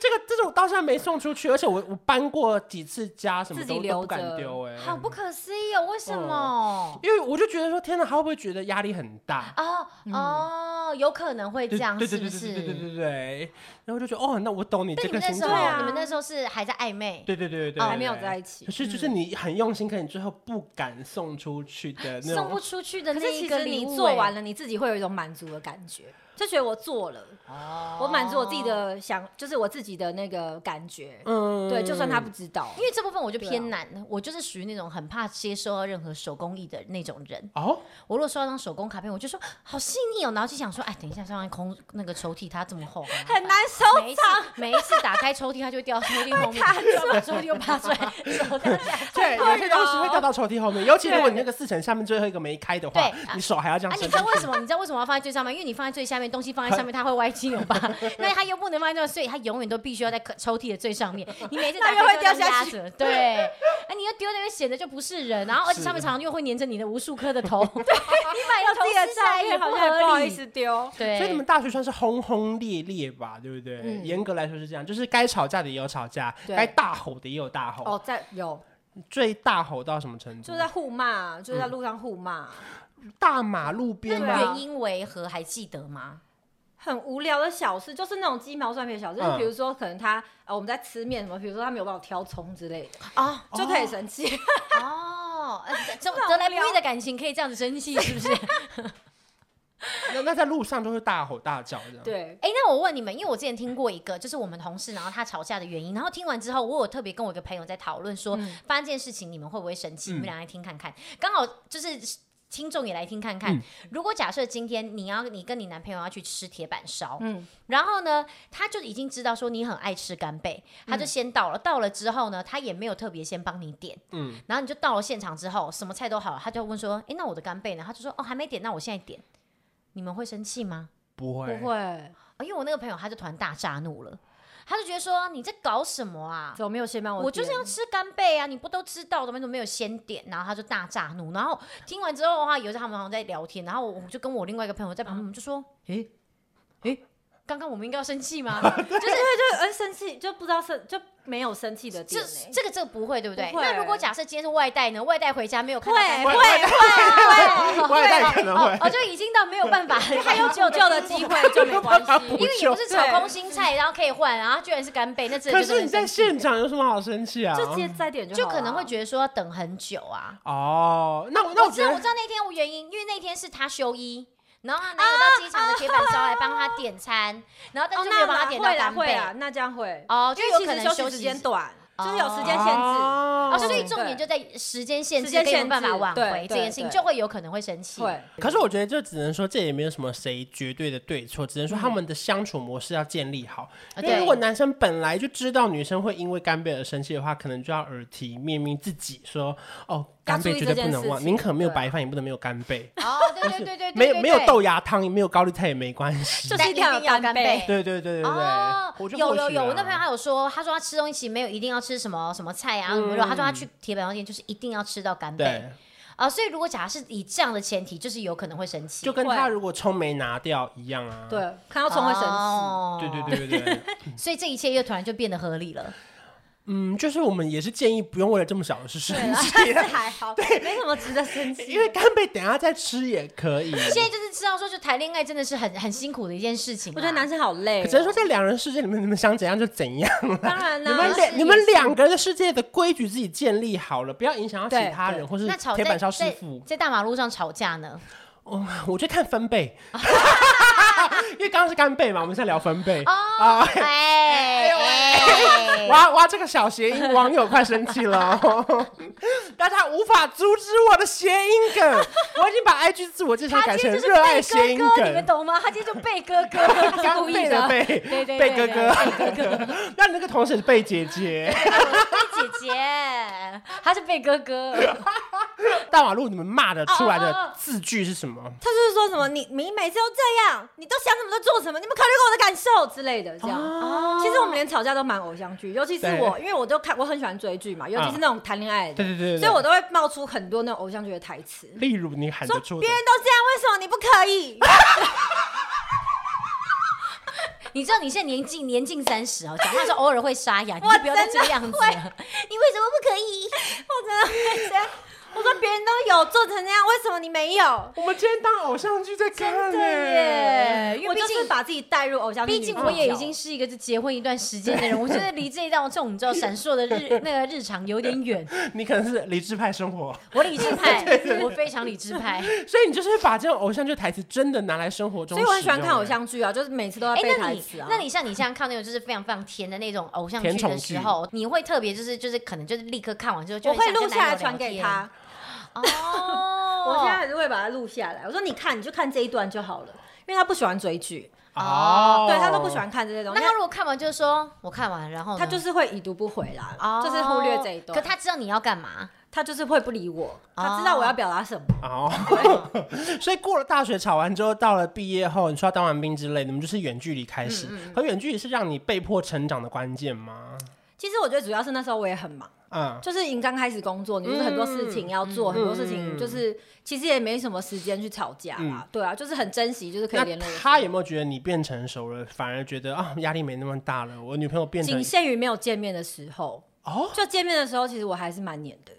S3: 这个这种到现在没送出去，而且我我搬过几次家，什么
S4: 自己
S3: 都
S4: 留
S3: 都不敢
S4: 着
S3: 丢哎，
S2: 好不可思议哦！为什么？
S3: 因为我就觉得说天哪，他会不会觉得压力很大？
S2: 哦哦，有可能会这
S3: 对
S2: 样，
S3: 对
S2: 是
S3: 对
S2: 不
S3: 对对对对
S2: 是？
S3: 对对，然后就觉得哦，那我懂你
S2: 但你
S3: 这
S2: 们
S3: 个
S2: 那
S3: 心
S2: 时
S3: 情，
S2: 候，
S4: 对啊
S2: 你们那时候是还在暧昧，
S3: 对对对对对，
S4: 还没有
S3: 对
S4: 在一起
S3: 可。是就是你很用心，可你最后不敢送出去的那
S2: 送不
S3: 种，
S2: 出去的
S4: 可是
S2: 那一
S4: 其
S2: 个
S4: 实
S2: 礼
S4: 你
S2: 物，
S4: 做完
S2: 了，
S4: 了，你自己会有一种满足的感觉，就觉得我做了，
S2: 哦
S4: 我满足我自己，的想，就是我自己的那个感觉。
S3: 嗯
S4: 对，就算他不知道
S2: 因，为这部分我就
S4: 对啊
S2: 偏难，我就是属于那种很怕接收到任何手工艺的那种人。
S3: 哦，
S2: 我如果收到张手工卡片，我就说好细腻哦，然后就想说，哎，等一下上面空那个抽屉它这么厚，好麻烦
S4: 很难收
S2: 每一次每一次打开抽屉，它就会掉到抽 屉后面，就要把抽屉又拔出来， 手拿起来。
S3: 对，有些东西会掉到抽屉后面，尤其如果你那个四层下面最后一个没开的话
S2: 对，啊
S3: 你手还要这
S2: 啊，
S3: 样
S2: 你
S3: 伸
S2: 知
S3: 出
S2: 道为
S3: 去。
S2: 什么？你知道为什么要放在最上面？因为你放在最下面，东西放在上面，它会歪七扭八。那它又不能放在这，所以它永远都必须要在可抽屉的最上面。你每次打
S4: 那
S2: 开
S4: 又会
S2: 都
S4: 掉
S2: 这样
S4: 下
S2: 压着，对。哎，你又丢那个显得就不是人，然后而且上面常常又会粘着你的无数颗的头。对，你买了
S4: 自己的
S2: 头撕下
S4: 照
S2: 来也
S4: 片好像也
S2: 合
S4: 不好
S2: 理
S4: 意思。丢。
S2: 对，
S3: 所以你们大学算是轰轰烈烈吧，对不对？
S4: 嗯
S3: 严格来说是这样，就是该吵架的也有吵架，
S4: 对
S3: 该大吼的也有大吼
S4: 哦。，在有
S3: 最大吼到什么程度
S4: 就是？在互骂，就是在路上互骂，
S3: 大马路边
S4: 对啊
S3: 吧。
S2: 原因为何还记得吗？
S4: 很无聊的小事，就是那种鸡毛蒜皮的小事，就是
S3: 嗯
S4: 比如说可能他呃我们在吃面什么，比如说他没有帮我挑葱之类的，
S2: 哦
S4: 就可以生气。
S2: 哦，呃这 得来不易的感情可以这样子生气，是不是？
S3: 那那在路上就会大吼大叫这样。，
S4: 对，
S2: 哎、那我问你们，因为我之前听过一个，就是我们同事，然后他吵架的原因，然后听完之后，我有特别跟我一个朋友在讨论说，发生这件事情，你们会不会生气？你们俩来听看看，刚好就是。听众也来听看看，
S3: 嗯
S2: 如果假设今天你要你跟你男朋友要去吃铁板烧，
S4: 嗯，
S2: 然后呢，他就已经知道说你很爱吃干贝，他就先到了，到了之后呢，他也没有特别先帮你点，
S3: 嗯，
S2: 然后你就到了现场之后，什么菜都好了，他就问说，哎，那我的干贝呢？他就说，哦，还没点，那我现在点，你们会生气吗？
S3: 不
S4: 不
S3: 会，
S4: 会，
S2: 啊因为我那个朋友他就突然大炸怒了，他就觉得说你在搞什么啊？
S4: 怎么没有先帮
S2: 我就是
S4: 点
S2: 要吃干贝啊！你不都知道的吗？你怎么没有先点？然后他就大炸怒。然后听完之后的话，有时候他们好像在聊天，然后我就跟我另外一个朋友在旁边，我们就说：“诶、诶、刚刚我们应该要生气吗？” 就是
S4: 对，就嗯生气，就不知道生就没有生气的
S2: 这
S4: 点欸
S2: 这个这个不会对不对？
S4: 不会
S2: 那如果假设今天是外带呢？外带回家没有看到干
S4: 会
S2: 贝
S4: 会会
S3: 外带可能
S2: 哦
S3: 会，
S2: 哦，就已经到没有办法，还
S4: 还有补救的机会就没 关系，
S2: 因为也不是炒
S4: 对
S2: 空心菜，然后可以换，然后居然是干贝，那真的
S3: 可
S2: 就是真
S3: 你
S2: 的
S3: 在
S2: 生气
S3: 现场有什么好生气啊？
S4: 就直接再点就
S2: 就
S4: 好啊
S2: 可能
S4: 啦
S2: 会觉得说要等很久啊。
S3: 哦，那我那
S2: 我
S3: 我
S2: 知
S3: 觉
S2: 道，我
S3: 得
S2: 知道那天我原因，因为那天是他休一。然后他男友到机场的铁板烧来帮他点餐，然后但
S4: 啊哦，
S2: 是没
S4: 那
S2: 有帮他点到
S4: 会啦
S2: 干
S4: 会
S2: 贝。
S4: 啦，那这样会，
S2: 哦，就
S4: 因为
S2: 有
S4: 其
S2: 可
S4: 实
S2: 能
S4: 休息时间
S2: 短，
S4: 短，
S2: 哦
S4: 就是有时间限制，
S3: 哦
S2: 哦，所以重点就在时间限制
S4: 时间
S2: 跟
S4: 限
S2: 有办法
S4: 制
S2: 挽
S4: 对
S2: 回这
S4: 对
S2: 件事情，
S4: 对
S2: 就会有可能会生气。
S4: 会，
S3: 可是我觉得就只能说这也没有什么谁绝对的对错，只能说他们的相处模式要建立好。
S2: 嗯啊
S3: 因为
S2: 对
S3: 如果男生本来就知道女生会因为干贝而生气的话，可能就要耳提面命自己说，哦，干贝绝对不能
S4: 要注意这件事
S3: 忘，
S4: 情
S3: 宁可没有
S4: 对
S3: 白饭，也不能没有干贝，
S2: 哦，对对对对对，
S3: 没有
S2: 对
S3: 没有
S2: 对
S3: 豆芽汤，也没有高丽菜也没关 系。
S4: 就是
S2: 但
S4: 一
S2: 一
S4: 定
S2: 定
S4: 要
S2: 要
S4: 有
S2: 干
S4: 干
S2: 贝
S4: 贝。
S3: 对对对对对，
S2: 哦
S3: 我，就
S2: 有
S3: 或许
S2: 有有，
S3: 啦
S2: 我那朋友他有说，他说他吃东西没有一定要吃什么什么菜啊什么肉，他说他去铁板烧店就是一定要吃到干贝
S3: 嗯对。，
S2: 啊，所以如果假设是以这样的前提，就是有可能会生气，
S3: 就跟
S4: 会
S3: 他如果葱没拿掉一样啊。
S4: 对，看到葱会生
S2: 哦
S4: 气，
S3: 对对对对对，
S2: 对，所以这一切又突然就变得合理了。
S3: 嗯，就是我们也是建议不用为了这么小的事生
S2: 啊
S4: 对啦，
S3: 气，
S4: 但 是还好，没什么值得生气的，
S3: 因为干贝等一下再吃也可以。
S2: 现在就是知道说，就谈恋爱真的是很很辛苦的一件事情啊。
S4: 我觉得男生好累哦，
S3: 只能说在两人世界里面，你们想怎样就怎样啦。
S4: 当然
S3: 你
S4: 啦，
S3: 们
S2: 啊是也
S3: 两你们
S2: 是
S3: 两个人的世界的规矩自己建立好了，不要影响到其
S4: 对
S3: 他人
S4: 对
S3: 或是
S2: 那吵
S3: 铁
S2: 在
S3: 板烧师
S2: 在
S3: 傅。
S2: 在大马路上吵架呢？
S3: 哦， 我就看分贝， 因为刚刚是干贝嘛，我们现在聊分贝
S2: 哦
S3: 啊。
S2: 哎哎，
S3: 哇哇！这个小谐音，网友快生气了 哦，大家无法阻止我的谐音梗。我已经把 IG 自我介绍
S2: 他
S3: 改
S2: 今
S3: 成
S2: 天就是
S3: 热爱谐
S2: 贝
S3: 音
S2: 哥哥，你们
S3: 梗，
S2: 懂吗？他今天就贝哥 哥，是故
S3: 干
S2: 意
S3: 贝的
S2: 的。
S3: 贝，
S2: 对对对
S3: 贝哥
S2: 对
S3: 哥，那你那个同学是贝姐姐。
S2: 贝姐姐，他是贝哥哥。
S3: 大马路你们骂的出来
S2: 哦哦
S3: 的
S2: 哦
S3: 字句是什么？
S4: 他就是说什么你你每次都这样，你都想什么都做什么，你有没有考虑过我的感受之类的这样。
S2: 哦
S4: 其实我们连吵架都蛮偶像剧，尤其是
S3: 对啊
S4: 我，因为我都看，我很喜欢追剧嘛，尤其是那种谈恋爱的，
S3: 对对对对对
S4: 所以我都会冒出很多那种偶像剧的台词，
S3: 例如你喊
S4: 说
S3: 得出的
S4: 别人都这样，为什么你不可 以？
S2: 你知道你现在年近年近三十哦，讲话是偶尔会沙 哑，你就不要再这样子了。你为什么不可以？
S4: 我真的会这样，我说别人都有做成那样，为什么你没有？
S3: 我们今天当偶像剧在看
S2: 真的
S3: 耶，
S2: 耶，因为
S4: 我
S2: 毕
S4: 就是
S2: 竟。
S4: 把自己带入偶像剧
S2: 毕
S4: 女主角，
S2: 竟我也已经是一个就结婚一段时间的人，我觉得离这一道这种你知道闪烁的 日那个日常有点远。
S3: 你可能是理智派生活，
S2: 我理智派，我非常理智派。
S3: 所以你就是把这种偶像剧台词真的拿来生活中，
S4: 所以我很喜欢看偶。像剧啊，就是每次都要
S2: 哎、
S4: 背
S2: 那
S4: 台
S2: 你
S4: 词啊。
S2: 那你像你像看那种就是非常非常甜的那种偶像
S3: 甜
S2: 剧
S3: 宠
S2: 的
S3: 剧
S2: 时候，你会特别就是就是可能就是立刻看完之后就
S4: 我
S2: 很
S4: 会
S2: 想
S4: 录
S2: 跟
S4: 下
S2: 男
S4: 来
S2: 友
S4: 传
S2: 聊
S4: 给
S2: 天
S4: 他。，
S2: 哦，
S4: 我现在还是会把它录下来。我说你看，你就看这一段就好了，因为他不喜欢追剧，
S3: 哦，
S4: 对他都不喜欢看这些东 西
S2: 哦那，他如果看完就是说我看完，然后呢
S4: 他就是会已读不回啦，
S2: 哦
S4: 就是忽略这一段。
S2: 可他哦知道你要干嘛，
S4: 他就是会不理我，他知道我要表达 什么。
S3: 哦。所以过了大学吵完之后，到了毕业后，你说要当完兵之类，你们就是远距离开
S4: 嗯
S3: 始。可远距离是让你被迫成长的关键吗？
S4: 其实我觉得主要是那时候我也很忙，
S3: 嗯，
S4: 就是你刚开始工作，你就是很多事
S2: 嗯
S4: 情要做，很多事情就是其实也没什么时间去吵架
S2: 嗯
S4: 啦。对啊，就是很珍惜，就是可以
S3: 那
S4: 联络的时
S3: 他
S4: 候。
S3: 有没有觉得你变成熟了，反而觉得啊压力没那么大了？我女朋友变成
S4: 仅限于没有见面的时候，
S3: 哦，
S4: 就见面的时候，其实我还是蛮黏的。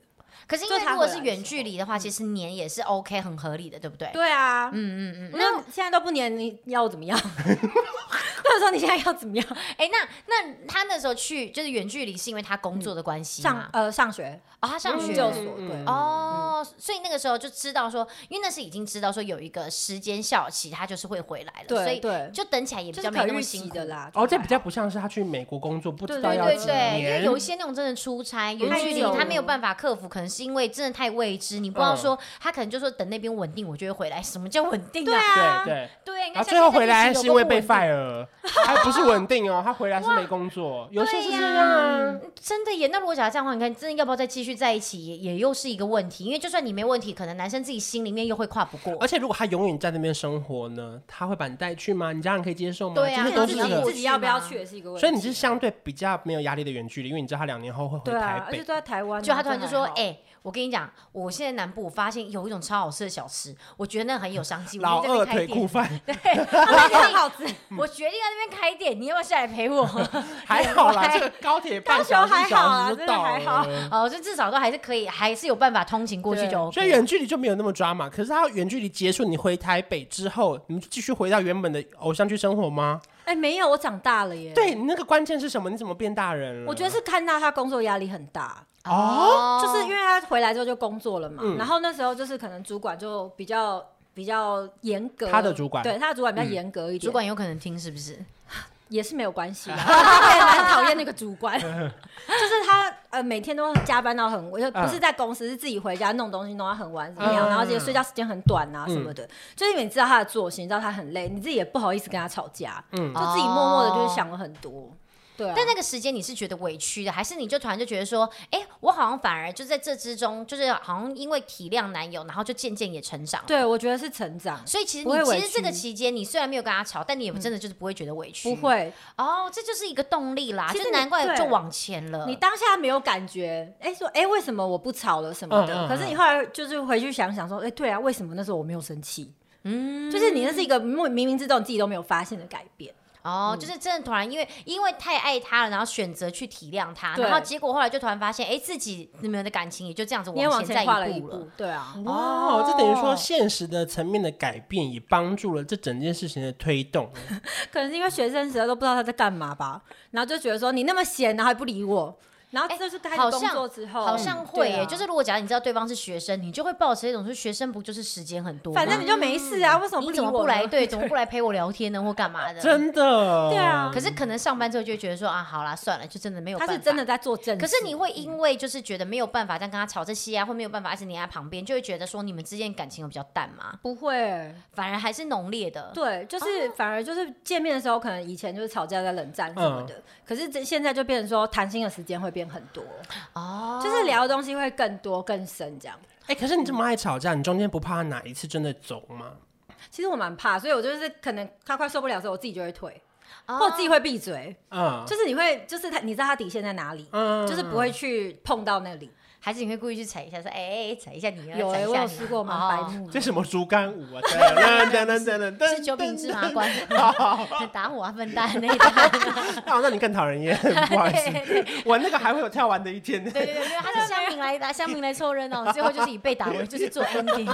S2: 可是因为
S4: 就他
S2: 如果
S4: 回来
S2: 是
S4: 的
S2: 远
S4: 时嗯
S2: 距离的话，其实黏也是 OK 很合理的，对不对？
S4: 对啊，
S2: 嗯嗯嗯。那
S4: 那现在都不黏，你要我怎么样？ 或者说你现在要怎 么样？
S2: 哎、那那他那时候去就是远距离，是因为他工作的关系
S4: 上
S2: 吗？
S4: 呃上学
S2: 哦，他嗯上学
S4: 研究所对。
S2: 哦，所以那个时候就知道说，因为那是已经知道说有一个时间效期，他就是会回来了，
S4: 对
S2: 所以
S4: 对
S2: 就等起来也比
S4: 就
S2: 较
S4: 是
S2: 没
S4: 可
S2: 那么
S4: 预
S2: 辛
S4: 期
S2: 苦
S4: 的。啦。
S3: 哦，这比较不像是他去美国工作，不知道
S4: 对
S3: 要
S2: 对
S3: 几
S2: 对，因为
S3: 年。
S2: 有一些那种真的出差远距离，
S4: 太久
S2: 他没有办法克服，可能是因为真的太未知，你不知道说、他可能就说等那边稳定，我就会回来。什么叫稳定
S4: 对
S2: 啊？
S3: 对
S4: 啊，
S3: 对。
S2: 对，你看
S3: 然后最
S2: 像
S3: 后
S2: 现在
S3: 回来
S2: 疫情
S3: 是
S2: 有
S3: 因为
S2: 多
S3: 被
S2: 不稳定
S3: fire，还不是稳定哦，他回来是没工作，有些是这样啊。
S2: 嗯真的耶。那如果假如这样的话，你看真的要不要再继续在一起，也也又是一个问题。因为就算你没问题，可能男生自己心里面又会跨不过
S3: 而。且如果他永远在那边生活呢，他会把你带去吗？你家人可以接受吗？
S2: 对啊
S3: 这
S4: 那
S3: 些都
S4: 自
S3: 是
S4: 己
S3: 一
S2: 你要
S3: 个
S2: 过，
S4: 自己要不要去也是一个问题。
S3: 所以你是相对比较没有压力的远距离，因为你知道他两年后会回
S4: 对
S3: 台
S4: 啊，而且
S3: 北
S4: 都。在台湾啊，
S2: 就他突然就说：“
S4: 这还好
S2: 哎、我跟你讲，我现在南部我发现有一种超好吃的小吃，我觉得那很有商机。我
S3: 老
S2: 决定
S3: 二
S2: 在那
S3: 腿
S2: 边开
S3: 裤
S2: 店。
S3: 饭
S2: 对，
S4: 那
S2: 我
S4: 就很
S2: 决定
S4: 好吃。
S2: 我决定在那边开店，你要不要下来陪我？
S3: 还好啦，
S2: 对
S3: 这个高铁半
S4: 高雄
S3: 小时
S4: 还
S3: 一
S4: 好
S3: 小
S4: 啊
S3: 时就到
S4: 真的还好
S3: 了。
S2: 哦，就至少都还是可以，还是有办法通勤过去
S4: 对
S2: 就 OK。
S3: 所以远距离就没有那么抓嘛。可是他远距离结束，你回台北之后，你们继续回到原本的偶像剧生活吗？
S4: 哎，没有，我长大了耶。，
S3: 对，你那个关键是什么？你怎么变大人了？
S4: 我觉得是看到他工作压力很大，
S2: 哦，
S4: 就是因为他回来之后就工作了嘛，
S3: 嗯
S4: 然后那时候就是可能主管就比较比较严格，
S3: 他的主管嗯
S4: 对他的主管比较严格一点，
S2: 主管有可能听是不是？
S4: 也是没有 关系的，我也蛮讨厌那个主管，就是他呃每天都加班到很晚，就不是在公司，是自己回家弄东西弄到很晚怎么样，
S3: 嗯
S4: 然后而且睡觉时间很短啊什么的，就是因为你知道他的作息，你知道他很累，你自己也不好意思跟他吵架，
S3: 嗯
S4: 就自己默默的就是想了很多，对啊，
S2: 哦但那个时间你是觉得委屈的，还是你就突然就觉得说，哎、我好像反而就在这之中，就是好像因为体谅男友，然后就渐渐也成长。，
S4: 对我觉得是成长，
S2: 所以其实
S4: 不会
S2: 你
S4: 委
S2: 其
S4: 屈
S2: 实这个期间，你虽然没有跟他吵，但你也不真的就是不会觉得委屈。
S4: 不会，
S2: 哦，这就是一个动力啦，
S4: 其实
S2: 就
S4: 你
S2: 难怪
S4: 对
S2: 就往前了。
S4: 你当下没有感觉，哎、说哎、为什么我不吵了什么的？
S3: 嗯嗯
S4: 可是你后来就是回去想想说，哎、对啊，为什么那时候我没有生气？嗯，就是你那是一个冥冥之中你自己都没有发现的改变，
S2: 哦，
S4: 嗯
S2: 就是真的突然因为因为太爱他了，然后选择去体谅他，
S4: 对
S2: 然后结果后来就突然发现，哎，自己你们的感情也就这样子
S4: 你也往
S2: 往
S4: 前
S2: 前
S4: 跨
S2: 再
S4: 了
S2: 一
S4: 一
S2: 步了
S4: 步。，对啊，
S3: 哦，这等于说现实的层面的改变，也帮助了这整件事情的推动。
S4: 可能是因为学生时代都不知道他在干嘛吧，然后就觉得说你那么闲，然后还不理我，然后
S2: 哎
S4: 这是开
S2: 好
S4: 始工
S2: 像
S4: 作之后，
S2: 好像会
S4: 对
S2: 耶、
S4: 啊
S2: 就是如果假如你知道对方是学生，你就会抱持一种说学生不就是时间很多吗，
S4: 反正你就没事啊，为什么
S2: 嗯你
S4: 不理
S2: 怎么
S4: 我
S2: 不
S4: 呢
S2: 来？对，怎么不来陪我聊天呢，或干嘛的？
S3: 真的，
S4: 对啊啊
S2: 可是可能上班之后就会觉得说啊，好啦，算了，就真的没有
S4: 他
S2: 办法。
S4: 是真的在做正事。
S2: 可是你
S4: 嗯
S2: 会因为就是觉得没有办法再跟他吵这些啊，或没有办法一直黏在旁边，就会觉得说你们之间感情有比较淡吗？
S4: 不会？
S2: 反而还是浓烈的。
S4: 对，
S2: 哦
S4: 就是反而就是见面的时候，可能以前就是吵架在冷战
S2: 嗯
S4: 什么的，可是这现在就变成说谈心的时间会变很多，
S2: 哦，
S4: 就是聊的东西会更多更深这样。
S3: 哎、可是你这么爱吵架，你中间不怕他哪一次真的走吗？
S4: 其实我蛮怕，所以我就是可能他快受不了的时候，我自己就会退，
S2: 哦
S4: 或我自己会闭嘴，
S3: 嗯，
S4: 就是你会就是他，你知道他底线在哪里，
S3: 嗯
S4: 就是不会去碰到那里。
S2: 还是你会故意去踩一下，说哎、哎踩一下你啊，
S4: 有
S2: 踩
S4: 哎、
S2: 一
S4: 我
S2: 下
S4: 有
S2: 你啊
S4: 试过蛮白
S2: 哦
S4: 目的。
S3: 这什么竹竿舞 啊？噔噔噔噔噔噔，
S2: 是九品芝麻 官，打我啊，笨蛋那一段。
S3: 啊，那你更讨人厌，不好意 思，我那个还会有跳完的一天呢。
S2: 对对对，没有，他是乡民来打，乡民来凑热闹，最后就是以被打为就是做 ending。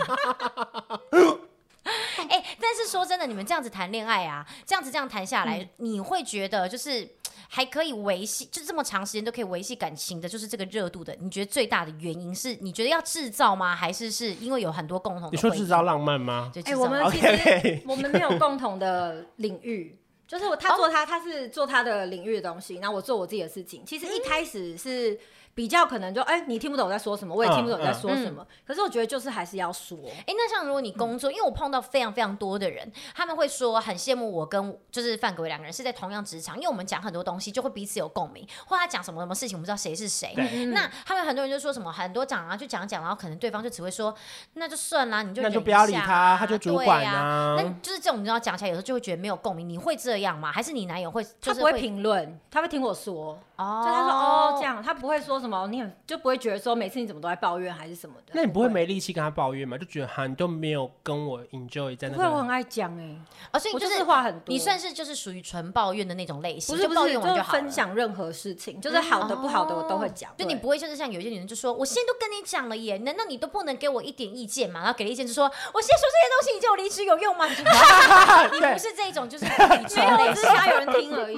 S2: 哎、但是说真的，你们这样子谈恋爱啊，这样子这样谈下来，你会觉得就是还可以维系，就这么长时间都可以维系感情的，就是这个热度的。你觉得最大的原因是你觉得要制造吗？还是是因为有很多共同的？
S3: 你说制造？浪漫吗？
S2: 对，制
S4: 哎、
S2: 造
S4: 我们其
S3: OK
S4: 实 我们没有共同的领域，就是我
S2: 哦
S4: 他做他、他是做他的领域的东西，然后我做我自己的事情。其实一开始是比较可能就哎、你听不懂我在说什么，我也听不懂你在
S3: 嗯
S4: 说什么。可是我觉得就是还是要说，
S2: 哎、那像如果你
S4: 嗯
S2: 工作，因为我碰到非常非常多的人，他们会说很羡慕我跟就是范格伟两个人是在同样职场，因为我们讲很多东西就会彼此有共鸣，或他讲什么什么事情，我们知道谁是谁。
S4: 嗯
S2: 那他们很多人就说什么很多讲啊，就讲讲，然后可能对方就只会说那就算啦，你就
S3: 那就
S2: 忍一
S3: 不要理
S2: 下
S3: 他
S2: 啊
S3: 他就主
S2: 对
S3: 管
S2: 呀
S3: 啊
S2: 那
S4: 嗯
S2: 就是这种，你知道讲起来有时候就会觉得没有共鸣，你会这样吗？还是你男友会就
S4: 他
S2: 是
S4: 不会评论，他会听我说。
S2: 哦，
S4: 就他说哦这，样，他不会说什么，你很就不会觉得说每次你怎么都在抱怨还是什么的。
S3: 那你不会没力气跟他抱怨吗？就觉得哈，你都没有跟我 enjoy 在那
S4: 不会，我很
S3: 个。
S4: 爱讲哎、
S2: 哦，所以
S4: 我
S2: 你
S4: 就
S2: 就是是
S4: 话很多。
S2: 你算是就是属于纯抱怨的那种类型，
S4: 不是
S2: 就
S4: 不
S2: 抱
S4: 是，
S2: 怨
S4: 就
S2: 完
S4: 是
S2: 好了嗯哦
S4: 分享任何事情，就是好的不好的我都会讲。
S2: 就你不会就是像有一些女人就说，我现在都跟你讲了耶，难道你都不能给我一点意见吗？然后给了意见就说，我现在说这些东西，你叫我离职有用吗？你就 你不是这种，就是理智
S4: 没有，我
S2: 类型
S4: 只是想要有人听而 已。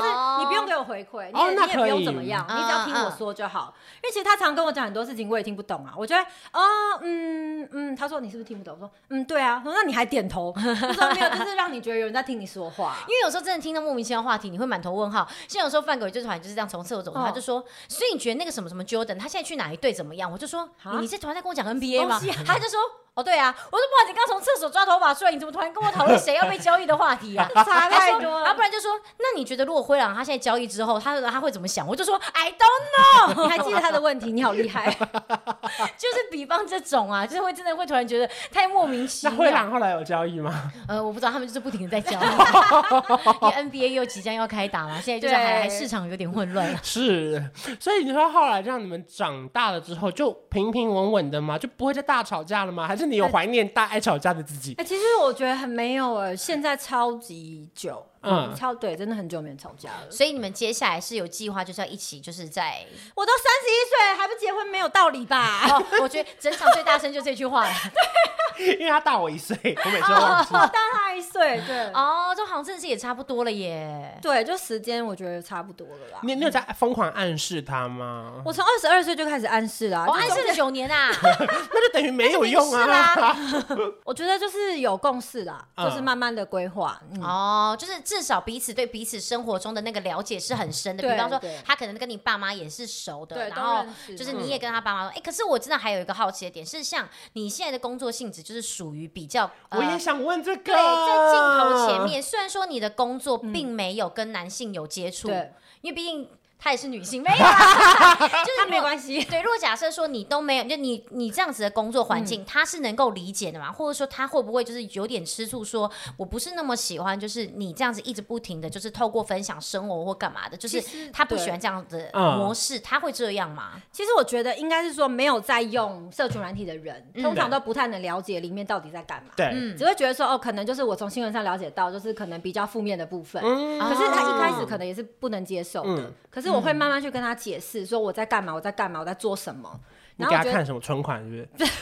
S2: 哦
S4: 你不用给我回馈，你
S3: 哦
S4: 也
S3: 那
S4: 你也不
S3: 可以
S4: 用怎么样，你只要听我说就好。因为其实他常跟我讲很多事情，我也听不懂啊。我觉得，哦，嗯嗯，他说你是不是听不懂？我说，嗯，对啊。我说那你还点头？我说没有，就是让你觉得有人在听你说话。
S2: 因为有时候真的听到莫名其妙的话题，你会满头问号。像有时候范狗就是好像就是这样从厕所走，
S4: 哦
S2: 他就说：“所以你觉得那个什么什么 Jordan，他现在去哪一队怎么样？”我就说：“
S4: 啊
S2: 你你是突然在跟我讲 NBA 吗
S4: 东西啊？”
S2: 他就说：“哦，对啊。”我说：“不好意思，刚从厕所抓头发出来，你怎么突然跟我讨论谁要被交易的话题啊？”
S4: 差太多了
S2: 然后不然就说：“那你觉得如果灰狼他现在交易之后，他他会怎么想？”我就说：“I don't know。”
S4: 你还记得他的问题？你好厉害！
S2: 就是比方这种啊，就是会真的会突然觉得太莫名其
S3: 那灰
S2: 妙。
S3: 狼后来有交易 吗？
S2: 呃，我不知道他们就是不停的在交易， 因为 NBA 又即将要开打嘛，现在就是还
S4: 对
S2: 还市场有点混乱。
S3: 是，所以你说后来让你们长大了之后，就平平稳稳的吗？就不会再大吵架了吗？还是
S2: 呃
S3: 你有怀念大爱吵架的自己？
S4: 哎，其实我觉得很没有哎，现在超级久，
S3: 嗯
S4: 嗯，超对，真的很久没有吵架 了。
S2: 所以你们接下来是有计划，就是要一起，就是在
S4: 我都三十一岁了还不结婚，没有道理吧？
S2: 哦，我觉得整场最大声就这句话了
S3: 因为他大我一岁，我每次都忘记。
S4: 我大他一岁，对。
S2: 哦，这好像真的是也差不多了耶。
S4: 对，就时间我觉得差不多了啦。
S3: 你你有在疯狂暗示他吗？
S4: 我从二十二岁就开始暗示啦，
S3: 哦
S2: 我
S4: 就
S2: 暗
S4: 中
S2: 示了九年啊，
S3: 那就等于没有用
S2: 是
S3: 啊！
S2: 啦。
S4: 我觉得就是有共识啦，
S3: 嗯
S4: 就是慢慢的规划。嗯，
S2: 哦，就是至少彼此对彼此生活中的那个了解是很深的。
S4: 对
S2: 比方说
S4: 对，
S2: 他可能跟你爸妈也是熟的，
S4: 对
S2: 然
S4: 都
S2: 后
S4: 认识嗯
S2: 就是你也跟他爸妈说，哎，可是我真的还有一个好奇的点是，像你现在的工作性质就是属于比较，呃
S3: 我也想问这个。
S2: 对，在镜头前，面，虽然说你的工作并没有跟男性有接触，
S4: 嗯对
S2: 因为毕竟她也是女性，没有 啦，就是
S4: 那
S2: 如
S4: 没
S2: 果
S4: 关系。
S2: 对，如果假设说你都没有，就你你这样子的工作环
S4: 嗯
S2: 境，他是能够理解的嘛？或者说他会不会就是有点吃醋说，我不是那么喜欢，就是你这样子一直不停的，就是透过分享生活或干嘛的，就是
S4: 其实
S2: 他不喜
S4: 对
S2: 欢这样的
S3: 嗯
S2: 模式，他会这样吗？
S4: 其实我觉得应该是说没有在用社群软体的人，通常都不太能了解里面到底在干嘛。
S3: 嗯
S2: 嗯
S3: 对，
S4: 只会觉得说哦，可能就是我从新闻上了解到，就是可能比较负面的部分。
S3: 嗯
S4: 可是他一开始
S2: 哦
S4: 可能也是不能接受的。
S3: 嗯
S4: 可是我会慢慢去跟他解释，说我在干嘛，我在干嘛，我在做什么。
S3: 你
S4: 然
S3: 给
S4: 后
S3: 他
S4: 我觉得
S3: 看什么存款是不是？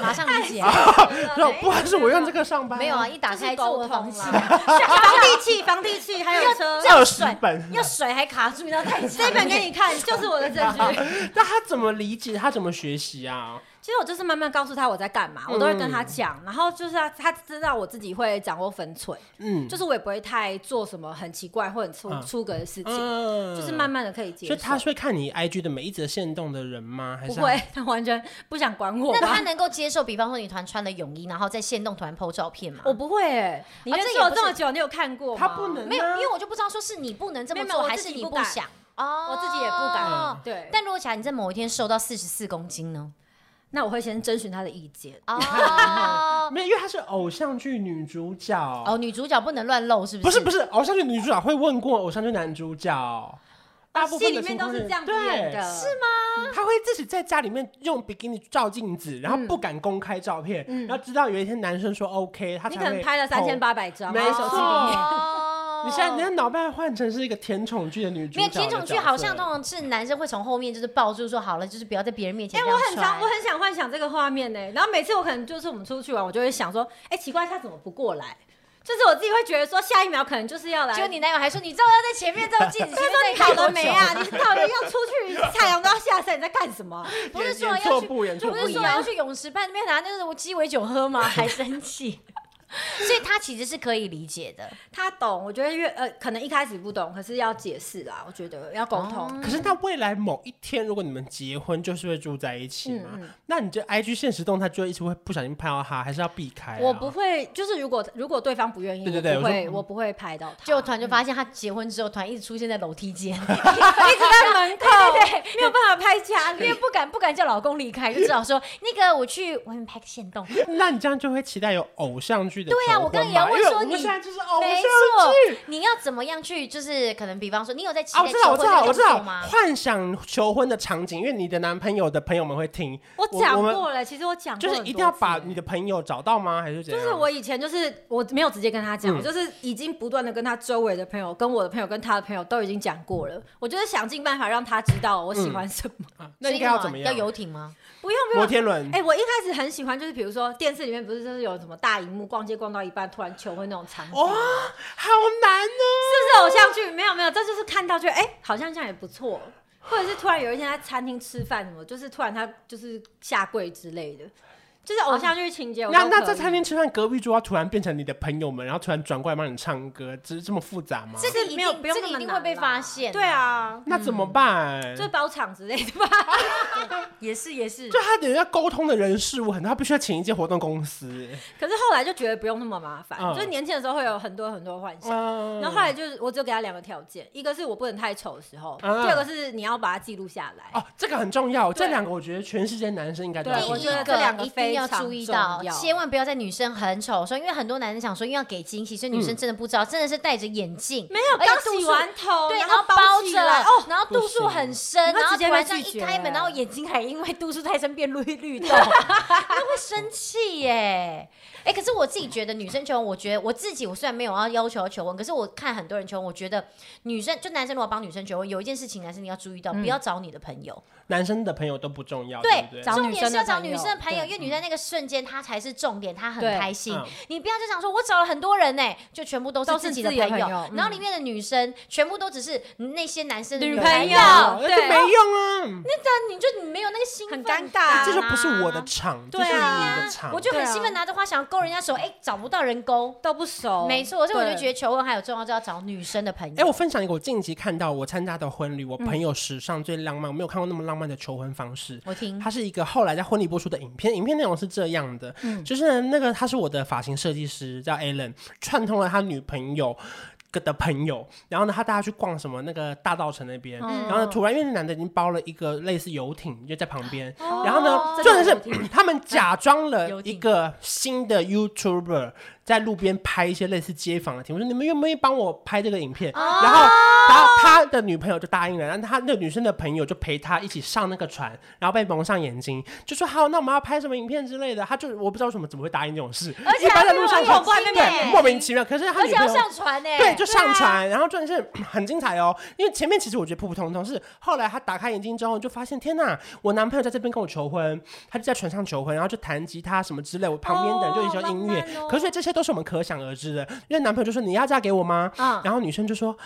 S2: 马上理
S4: 哎
S2: 解，
S3: 然后不好意思，我用这个上班。
S2: 没有啊，，一打开自
S4: 沟
S2: 我
S4: 通啊
S2: 防治，
S4: 啦 房地契，房地契，还有车。
S3: 二十本。
S2: 要水还卡住，你知道太
S4: 这一本给你看，就是我的证据。
S3: 那他怎么理解？他怎么学习啊？
S4: 其实我就是慢慢告诉他我在干嘛，我都会跟他讲，然后就是他他知道我自己会掌握分寸，
S3: 嗯，
S4: 就是我也不会太做什么很奇怪或很出
S3: 嗯
S4: 出格的事情，
S3: 嗯
S4: 就是慢。慢的可以接
S3: 所
S4: 受
S3: 以。他是会看你 IG 的每一则线动的人吗？还
S4: 不
S3: 是
S4: 会，他完全 不想管我
S2: 那
S4: 吧
S2: 他能够接受，比方说你突然穿了泳衣，然后在线动突然 PO 照片吗？
S4: 我不会哎，你
S2: 啊
S4: 认
S2: 这
S4: 识
S2: 也
S4: 我
S2: 不
S4: 这么
S2: 是
S4: 久，你有看过
S3: 他
S4: 吗
S3: 不能啊
S2: 没有，因为我就不知道说是你不能这么
S4: 没有没
S2: 做，
S4: 有
S2: 还
S4: 我
S2: 是
S4: 自己
S2: 你
S4: 不
S2: 不
S4: 敢嗯
S2: 想哦，
S4: 我自己也不敢
S3: 嗯
S2: 哦
S4: 对
S2: 但如果假如你在某一天瘦到四十四公斤呢？
S4: 那我会先征询他的意见。
S2: 哦
S3: 没有，因为她是偶像剧女主角。
S2: 哦，女主角不能乱露，是不
S3: 不
S2: 是？
S3: 是不是，偶像剧女主角会问过偶像剧男主角，大部
S4: 戏
S3: 分
S4: 里
S3: 的
S4: 面
S3: 情
S4: 都
S3: 况
S4: 是这样子演
S3: 对
S4: 的，，是吗？
S3: 他会自己在家里面用比基尼照镜子，然
S4: 嗯
S3: 后不敢公开照片，然后直到有一天男生说 OK，他
S4: 你
S3: 才
S4: 可能
S3: 会
S4: 拍了三千
S3: 投。
S4: 八百张，
S3: 哦没
S4: 然后手
S3: 错
S4: 机里面
S2: 哦
S3: 你现在你的脑袋换成是一个甜宠剧的女主
S2: 没
S3: 角
S2: 有
S3: 的角色，
S2: 甜宠剧，好像通常是男生会从后面就是抱住说好了，就是不要在别人面前
S4: 哎、
S2: 这
S4: 我
S2: 样
S4: 很
S2: 穿。
S4: 常，我很想幻想这个画面呢、然后每次我可能就是我们出去玩，我就会想说，哎、奇怪，他怎么不过来？就是我自己会觉得说，下一秒可能就是要来。
S2: 结果你男友还说你知道要在前面照镜子，
S4: 他
S2: 前
S4: 说
S2: 面
S4: 你
S2: 再
S4: 好
S2: 看多
S4: 了
S2: 久
S4: 没啊？你好了要出去，太阳都要下山，你在干什 么？
S2: 不是
S3: 演
S2: 说
S3: 演
S2: 要
S3: 错
S2: 去，
S3: 步演
S2: 就
S3: 错
S2: 不
S3: 步
S2: 是说要去泳池畔那边拿那种鸡尾酒喝吗？还生气， 所以他其实是可以理解的。
S4: 他懂，我觉得越呃，可能一开始不懂，可是要解释啦，我觉得要沟通。
S3: 可是那未来某一天，如果你们结婚，就是会住在一起嘛？
S2: 嗯
S3: 那你这 IG 现实动态就会一直会不小心拍到他，还是要避开、啊？
S4: 我不会，就是如果如果对方不愿意，
S3: 对对对
S4: 我
S3: 我
S4: 不
S3: 说
S4: 会，
S3: 嗯
S4: 我不会拍到他。
S2: 结 果突然就发现他结婚之后，突然一直出现在楼梯间，
S4: 一直在门口， 对对对，没有办法拍家
S2: 啊因
S4: 里
S2: 为。不敢不敢叫老公离开，就只好说那个我去外面拍个线 洞。
S3: 那你这样就会期待有偶像剧的
S2: 对啊
S3: 求
S2: 我刚
S3: 婚
S2: 也要
S3: 嘛
S2: 问
S3: 因为
S2: 说
S3: 我们
S2: 你
S3: 现在就是偶像
S2: 没错
S3: 剧。，
S2: 你要怎么样去？就是可能，比方说，你有在期
S3: 啊，我
S2: 待
S3: 知道，
S2: 求
S3: 我知
S2: 婚
S3: 道，
S2: 这个
S3: 我
S2: 动
S3: 知
S2: 作
S3: 道
S2: 吗，？
S3: 幻想求婚的场景，因为你的男朋友的朋友们会听，
S4: 我讲
S3: 我们
S4: 过了，其实我讲过
S3: 就
S4: 很
S3: 是
S4: 多次，
S3: 一定要把你的朋友找到吗？还是怎
S4: 就
S3: 样？
S4: 是我以前就是我没有直接跟他讲，我就是已经不断的跟他周围的朋友、跟我的朋友、跟他的朋友都已经讲过了。我就是想尽办法让他知道我喜欢什么。
S3: 啊那
S2: 所以
S3: 应该
S2: 你
S3: 要
S2: 干
S3: 怎
S2: 嘛
S3: 么样？
S2: 要游艇吗？
S4: 不用不
S3: 摩
S4: 用，
S3: 天轮
S4: 哎、，我一开始很喜欢，就是比如说电视里面不是就是有什么大荧幕逛街逛到一半突然求婚那种场景，
S3: 哇，好难哦！
S4: 是不是偶像剧？没有没有，这就是看到觉得哎、好像这样也不错。或者是突然有一天在餐厅吃饭什么，就是突然他就是下跪之类的，就是偶像剧情节我都
S3: 啊那
S4: 可以。
S3: 那在餐厅吃饭，隔壁桌要突然变成你的朋友们，然后突然转过来帮你唱歌，这这么复杂吗？
S2: 这个一
S4: 是没有
S2: 定
S4: 不用
S2: 这个
S4: 那么
S2: 一定
S4: 难
S2: 会被
S4: 啦
S2: 发现
S4: 对啊，
S3: 那怎么办？
S4: 就
S3: 就
S4: 包场之类的吧。
S2: 也是也是，
S3: 他等于要沟通的人事物很多，他必须要请一间活动公司。
S4: 可是后来就觉得不用那么麻烦，
S3: 嗯
S4: 就是年轻的时候会有很多很多幻想。
S3: 嗯
S4: 然后后来就是，我只有给他两个条件，一个是我不能太丑的时候，
S3: 嗯
S4: 第二个是你要把它记录下来。
S3: 哦，这个很重要，
S4: 对
S3: 这两个我觉得全世界男生应该都
S4: 对
S3: 要
S2: 第
S3: 做
S4: 我
S2: 一
S4: 觉得
S2: 个
S4: 这两个
S2: 一定要
S4: 非常
S2: 注意到
S4: 重，要
S2: 千万不要在女生很丑的时候，因为很多男人想说，因为要给惊喜，所以女
S3: 嗯
S2: 生真的不知道，真的是戴着眼镜，
S4: 没有
S2: 而且
S4: 刚
S2: 哎度
S4: 洗
S2: 数
S4: 完头，
S2: 对，然
S4: 然
S2: 后
S4: 包
S2: 包
S4: 起
S2: 着，
S4: 来哦，
S2: 然后度数很深，
S4: 不行
S2: 然后
S4: 你会直接
S2: 突然这样一开
S4: 被拒绝
S2: 门，然后眼睛还因为度数太深变绿绿 的，那会生气耶。哎，可是我自己觉得女生求婚，我觉得我自己我虽然没有要要求求婚，可是我看很多人求婚，我觉得女生就男生如果帮女生求婚，有一件事情男生你要注意到，不
S4: 嗯
S2: 要找你的朋友。
S4: 啊
S3: 男生的朋友都不重要，对不
S2: 对，
S3: 对？
S4: 找
S2: 重
S4: 女
S2: 点
S4: 生
S2: 是
S4: 的
S2: 要找
S4: 朋
S2: 女
S4: 友
S2: 生的朋友，
S4: 对
S2: 因为女生那个瞬间她才是重点，她很
S4: 对
S2: 开心
S3: 嗯。
S2: 你不要就想说，我找了很多人呢，就全部都
S4: 都
S2: 是
S4: 是
S2: 自己的
S4: 自己的
S2: 朋
S4: 朋友
S2: 友，
S4: 嗯
S2: 然后里面的女生全部都只是那些男生的
S4: 女
S2: 女
S4: 朋
S2: 朋
S4: 友
S2: 友，
S3: 那
S4: 对
S3: 就没用啊，
S2: 但你就你没有那个兴奋
S4: 很
S2: 感，
S4: 尴尬啊
S3: 这就不是我的场，这
S4: 对
S3: 是
S4: 啊
S3: 你
S2: 对啊
S3: 的场。
S2: 我就
S4: 对
S2: 很
S4: 啊
S2: 兴奋，拿着花想要勾人家手，哎，找不到人勾。
S4: 都不熟，
S2: 没错，所以我就觉
S4: 得
S2: 得求婚还有重要，就要找女生的朋
S3: 哎，我
S2: 友。
S3: 分享一个我近期看到我参加的婚礼，我
S4: 嗯
S3: 朋友史上最浪漫，我没有看过那么浪漫的求婚方式。
S2: 我听
S3: 它是一个后来在婚礼播出的影片，影片内容是这样的，就是那个他是我的发型设计师叫 Alan，串通了他女朋友。的朋友，然后呢，他带他去逛什么那个大道城那边，然后呢，突然因为那男的已经包了一个类似游艇，就在旁边，
S2: 哦
S3: 然后呢，重点是他们假装了
S2: 游
S3: 一
S2: 艇
S3: 个新的 YouTuber 在路边拍一些类似街访的题目，说你们愿不愿意帮我拍这个影片？
S2: 哦
S3: 然后，然后他的女朋友就答应了，然后他那个女生的朋友就陪他一起上那个船，然后被蒙上眼睛，就说好，那我们要拍什么影片之类的。他就我不知道为什么怎么会答应这种事，
S2: 而且
S3: 一般在
S2: 还
S3: 路上
S2: 莫名
S3: 看
S2: 其妙
S3: 对莫名其妙，可是他
S2: 而
S3: 女
S2: 且要
S3: 朋友。
S2: 上欸船呢，
S3: 对，就
S4: 啊
S3: 上
S2: 啊
S3: 船，然后重点是 很精彩哦，因为前面其实我觉得普普通通，是后来他打开眼睛之后就发现，天呐，我男朋友在这边跟我求婚，他就在船上求婚，然后就弹吉他什么之类，我旁边的人就一起有音乐，
S4: 哦浪漫哦
S3: 可是这些都是我们可想而知的，因为男朋友就说你要嫁给我吗？
S4: 嗯
S3: 然后女生就说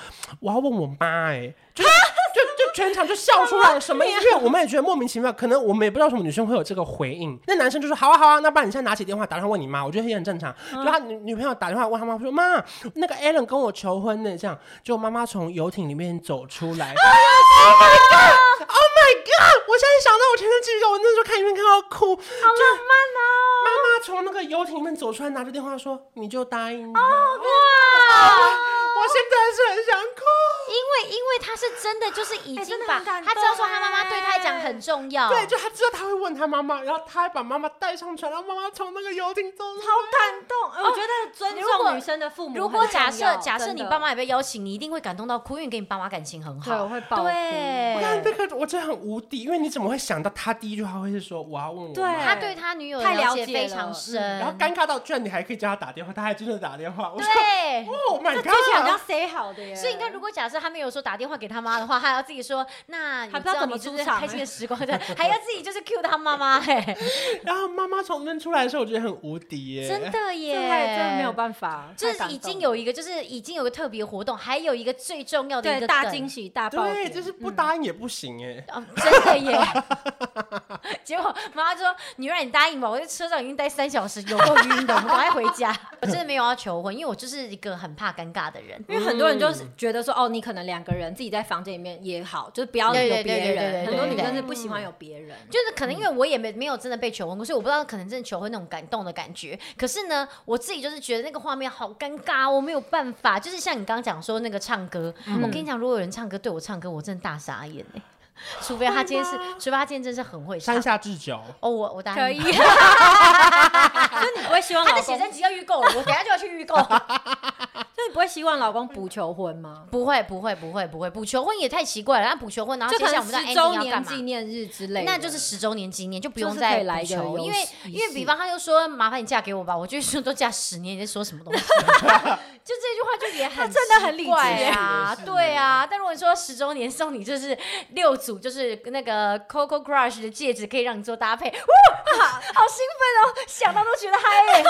S3: 我要问我妈、哎，就是就就全场就笑出来，什么音乐？我们也觉得莫名其妙，可能我们也不知道为什么女生会有这个回应。那男生就说好啊好啊，那不然你现在拿起电话打电话问你妈，我觉得也很正常。就他女女朋友打电话问他妈说妈，那个 Alan 跟我求婚呢，这样，就妈妈从游艇里面走出 来。Oh my god! Oh my god! 我现在想到我前阵子遇到，我那时候看影片看到哭，
S2: 好浪
S4: 哦
S2: 漫
S3: 妈妈从那个游艇里面走出来，拿着电话说：“你就答应他。
S2: 哦！
S3: 啊
S2: 哇！
S3: 我现在还是很想哭。
S2: 因为因为他是真的就是已
S4: 哎
S2: 经
S4: 真的
S2: 把、
S4: 很感
S2: 他知道说
S4: 动
S2: 他妈妈对他来讲
S4: 哎
S2: 很重要，
S3: 对，就他知道他会问他妈妈，然后他还把妈妈带上船，然后妈妈从那个游艇走出
S4: 好感动。呃我觉得尊
S2: 哦如果
S4: 重女生的父母很重要，
S2: 如果假设假设
S4: 真
S2: 你
S4: 的
S2: 爸，妈也被邀请，你一定会感动到哭，因为跟你爸妈感情很
S4: 对，
S2: 好。
S4: 我会爆哭。
S3: 我看
S2: 对，
S3: 那个我真的很无敌，因为你怎么会想到他第一句话会是说我要问我
S4: 对
S3: 妈
S2: 他对他女友的
S4: 太了
S2: 解
S4: 解
S2: 非
S4: 了
S2: 常
S4: 嗯
S2: 深。
S3: 然后尴尬到居然你还可以叫他打电话，他还真的打电话。我说
S2: 对，
S3: Oh my
S4: 这
S3: god！
S4: 最起码要 say 好的 耶。
S2: 所以你看，如果假设他没有说打电话给他妈的话，他还要自己说，那
S4: 还不知道
S2: 我
S4: 怎么
S2: 你就是
S4: 出场欸
S2: 开心的时光，对，还要自己就是 cue 他妈妈，哎，
S3: 然后妈妈从那边出来的时候，我觉得很无敌耶。
S2: 真的
S4: 这
S2: 耶，
S4: 还真的没有办法，
S2: 就是
S4: 太感
S2: 已
S4: 动
S2: 经有
S4: 了
S2: 一个，就是已经有个特别活动，还有一个最重要的一
S4: 对
S2: 个
S4: 大
S2: 梗
S4: 惊喜大爆
S3: 对，
S4: 点，
S3: 就是不答应也不行哎。
S2: 哦，真的耶！ 结果妈妈就说：“女儿，你答应吧，我在车上已经待三小时，有够晕的，我们赶快回家。” 我真的没有要求婚，因为我就是一个很怕尴尬的人。
S4: 因为很多人就是觉得说，哦，你可能两个人自己在房间里面也好，就是不要
S2: 对
S4: 有
S2: 对对
S4: 别
S2: 对对对
S4: 人。很多女
S2: 对
S4: 生是不喜欢有别人，
S2: 就是可能因为我也没没有真的被求婚过，所以我不知道可能真的求婚那种感动的感觉。可是呢，我自己就是觉得那个画面好尴尬，我没有办法。就是像你刚刚讲说那个唱歌，我跟你讲，如果有人唱歌对我唱歌，我真的大傻眼哎、除非他今天是，除非他今天真是很会唱
S3: 山。下智久，
S2: 哦，我我答应
S4: 可 以。
S2: 你
S4: 所以你不会希望
S2: 他
S4: 老
S2: 的写
S4: 公，
S2: 真集要预购了，我等一下就要去预购。
S4: 所以你不会希望老公补求婚吗？
S2: 不会，不会，不会，不会，补求婚也太奇怪了。那补求婚，然后
S4: 啊
S2: 接
S4: 就可
S2: 下来
S4: 能
S2: 我们知道
S4: 十
S2: ending
S4: 周
S2: 要干
S4: 年纪
S2: 嘛？
S4: 念日之类的，
S2: 那就是十周年纪念，就不用
S4: 就是可以
S2: 再
S4: 来
S2: 补
S4: 一个
S2: 求，
S4: 游
S2: 因为
S4: 戏
S2: 因为比方他就说麻烦你嫁给我吧，我就说都嫁十年，你在说什么东西？ 就这句话就也很
S4: 真的很理
S2: 奇怪
S4: 智
S2: 啊，对啊。但如果你说十周年送你就是六组，就是那个 Coco Crush 的戒指，可以让你做搭配，哇，好好兴奋哦，想到都觉得嗨 耶。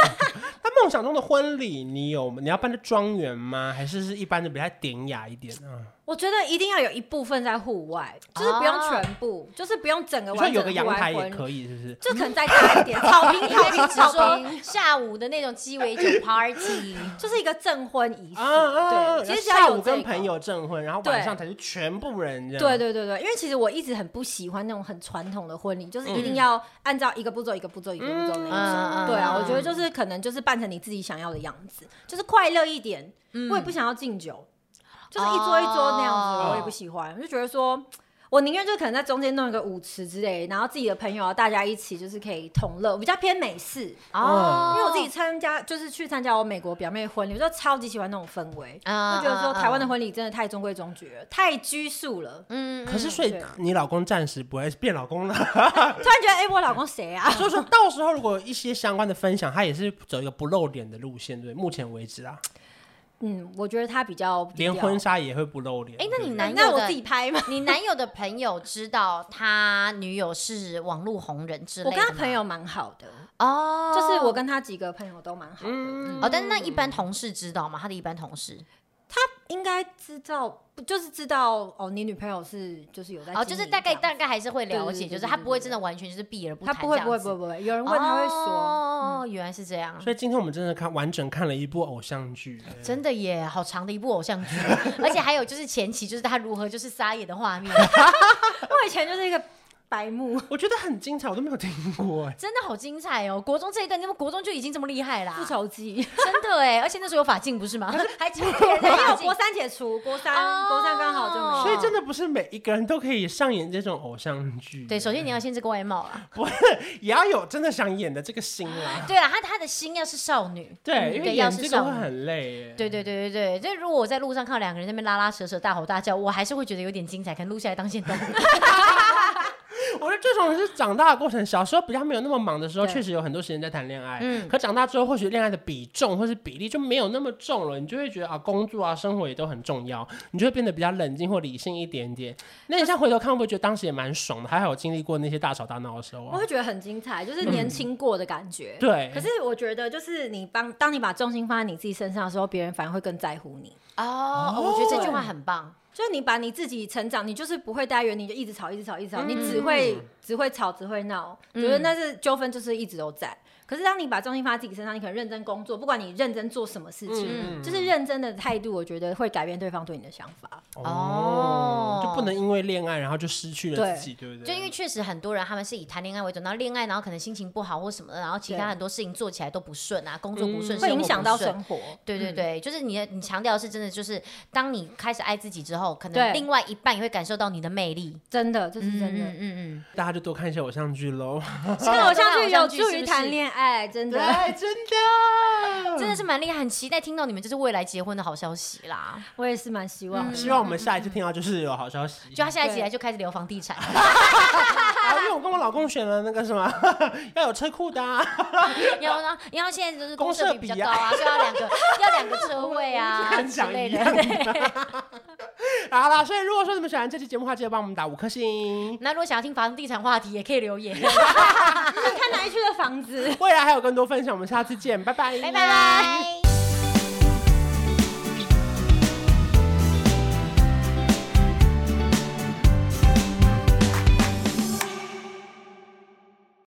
S3: 那梦想中的婚礼，你有你要办的庄园吗？还是是一般的比较典雅一点啊？
S4: 我觉得一定要有一部分在户外，就是不用全部，就是不用整个
S3: 你说
S4: 完
S3: 有
S4: 整
S3: 个
S4: 的
S3: 阳
S4: 户外
S3: 台
S4: 婚
S3: 也
S4: 礼
S3: 可以，是不是？
S4: 就可能再大一点，草坪
S2: 应该
S4: 草
S2: 是
S4: 坪
S2: 指
S4: 草
S2: 说
S4: 坪，
S2: 下午的那种鸡尾酒 party。
S4: 就是一个证婚仪式。
S3: 啊
S4: 对，其实只
S3: 下
S4: 要有
S3: 午跟
S4: 这个
S3: 朋。友证婚，然后晚上才是全部人这样。
S4: 对对对对，因为其实我一直很不喜欢那种很传统的婚礼，就是一
S3: 嗯
S4: 定要按照一个步骤一个步骤一个步骤那一
S2: 嗯嗯
S4: 种。对啊，
S2: 嗯
S4: 我觉得就是可能就是办成你自己想要的样子，就是快乐一点。我也不想要敬酒，就是一桌一桌那样
S2: 嗯哦
S4: 子，我也不喜欢。我就觉得说，我宁愿就可能在中间弄一个舞池之类，然后自己的朋友啊，大家一起就是可以同乐，我比较偏美式。
S2: 哦，
S4: 因为我自己参加，就是去参加我美国表妹婚礼，我就超级喜欢那种氛围，
S2: 啊
S4: 就觉得说
S2: 啊啊
S4: 台湾的婚礼真的太中规中矩了，太拘束了。
S2: 嗯，
S3: 可是所以
S4: 对
S3: 你老公暂时不会变老公了，
S4: 突然觉得，哎、我老公谁啊？
S3: 所以说到时候如果有一些相关的分享，他也是走一个不露脸的路线，对不对，目前为止啊，
S4: 嗯，我觉得他比较低
S3: 连
S2: 嗯
S4: 调
S3: 婚，纱也会不露脸。
S2: 哎，那你
S3: 对
S2: 男
S4: 那
S2: 友
S4: 我自
S2: 的
S4: 己拍吗？
S2: 你男友的朋友知道他女友是网络红人之类
S4: 我
S2: 的
S4: 跟
S2: 吗
S4: 他朋友蛮好的，
S2: 哦，
S4: 就是我跟他几个朋友都蛮好的，
S3: 嗯
S2: 哦，但那一般同事知道吗？他的一般同事
S4: 应该知道，不就是知道哦，你女朋友是就是有在
S2: 哦，就是大概
S4: 经营这样
S2: 大概还是会了解，
S4: 对对对
S2: 就是
S4: 对
S2: 他
S4: 对
S2: 不会
S4: 对
S2: 真的完全就是避而不
S4: 他
S2: 谈，
S4: 不会不会不会。不会，有人问他会说，嗯
S2: 哦，原来是这样。
S3: 所以今天我们真的看完整看了一部偶像剧，
S2: 真的耶，好长的一部偶像剧，而且还有就是前期就是他如何就是撒野的画面，
S4: 我以前就是一个 白目，
S3: 我觉得很精彩，我都没有听过哎。
S2: 真的好精彩哦！国中这一段，你们国中就已经这么厉害啦、
S4: 复仇记。
S2: 真的哎，而且那时候有法镜不是吗？还请别人
S4: 没
S2: 的法
S4: 有
S2: 镜
S4: 国。三解除，国三、
S2: 哦
S4: 国三刚好就没有。
S3: 所以真的不是每一个人都可以上演这种偶像剧，
S2: 对，首先你要先这个外貌啦。
S3: 不是也要有真的想演的这个心啦。
S2: 对啦，啊他他的心要是少女，嗯
S3: 对，因为
S2: 对，
S3: 演
S2: 要是
S3: 这个会
S2: 少女。
S3: 很累哎耶。
S2: 对对对对对，就如果我在路上看到两个人在那边拉拉扯扯、大吼大叫，我还是会觉得有点精彩，可能录下来当线动。
S3: 我觉得这种是长大的过程，小时候比较没有那么忙的时候，
S4: 对
S3: 确实有很多时间在谈恋爱。
S2: 嗯
S3: 可长大之后，或许恋爱的比重或是比例就没有那么重了，你就会觉得啊，工作啊、生活也都很重要，你就会变得比较冷静或理性一点点。那你像回头看，会不会觉得当时也蛮爽的？还好有经历过那些大吵大闹的时候
S4: 我
S3: 啊
S4: 会。觉得很精彩，
S2: 嗯
S4: 就是年轻过的感觉。
S3: 对
S4: 可是我觉得，就是你帮当你把重心放在你自己身上的时候，别人反而会更在乎你。
S2: 哦，我觉得这句话很棒。
S4: 就是你把你自己成长，你就是不会待原地，你就一直吵，一直吵，一直吵，你只会只会吵，只会闹，觉得那是纠纷，就是一直都在。可是当你把重心放在自己身上，你可能认真工作，不管你认真做什么事情，就是认真的态度，我觉得会改变对方对你的想法。
S2: 哦
S3: 就不能因为恋爱然后就失去了自己，对不对？
S2: 就因为确实很多人他们是以谈恋爱为主，然后恋爱，然后可能心情不好或什么的，然后其他
S4: 对
S2: 很多事情做起来都不顺啊，工作不
S3: 嗯
S2: 顺，
S4: 会影响到
S2: 生活不顺
S4: 生活。
S2: 对对对，就是你的你强调的是真的，就是当你开始爱自己之后，可能
S4: 对
S2: 另外一半也会感受到你的魅力。
S4: 真的，这是真的。
S2: 嗯嗯
S3: 大家就多看一些偶像剧喽。
S2: 嗯，
S4: 看偶像剧有
S2: 是不
S4: 助
S2: 是
S4: 于谈，恋爱，真的。
S3: 真的
S2: 真的是蛮厉害，很期待听到你们就是未来结婚的好消息啦。
S3: 嗯
S4: 我也是蛮希望的。
S3: 希望我们下一次听到就是有好消息。
S2: 就他下一集
S4: 对
S2: 来就开始聊房地 产，
S3: 啊，因为我跟我老公选了那个什么， 要有车库的啊、
S2: 要让要现在就是公
S3: 公
S2: 社
S3: 社
S2: 比比
S3: 比
S2: 较
S3: 啊
S2: 高啊，所以要两个要两个车位 啊
S3: 很
S2: 之
S3: 想
S2: 类
S3: 一
S2: 的
S3: 样。
S2: 对
S3: 好啦，所以如果说你们喜欢这期节目的话，记得帮我们打五颗星。
S2: 那如果想要听房地产话题，也可以留 言。
S4: 看哪一区的房子？
S3: 未来还有更多分享，我们下次见，拜拜，
S2: 拜。拜。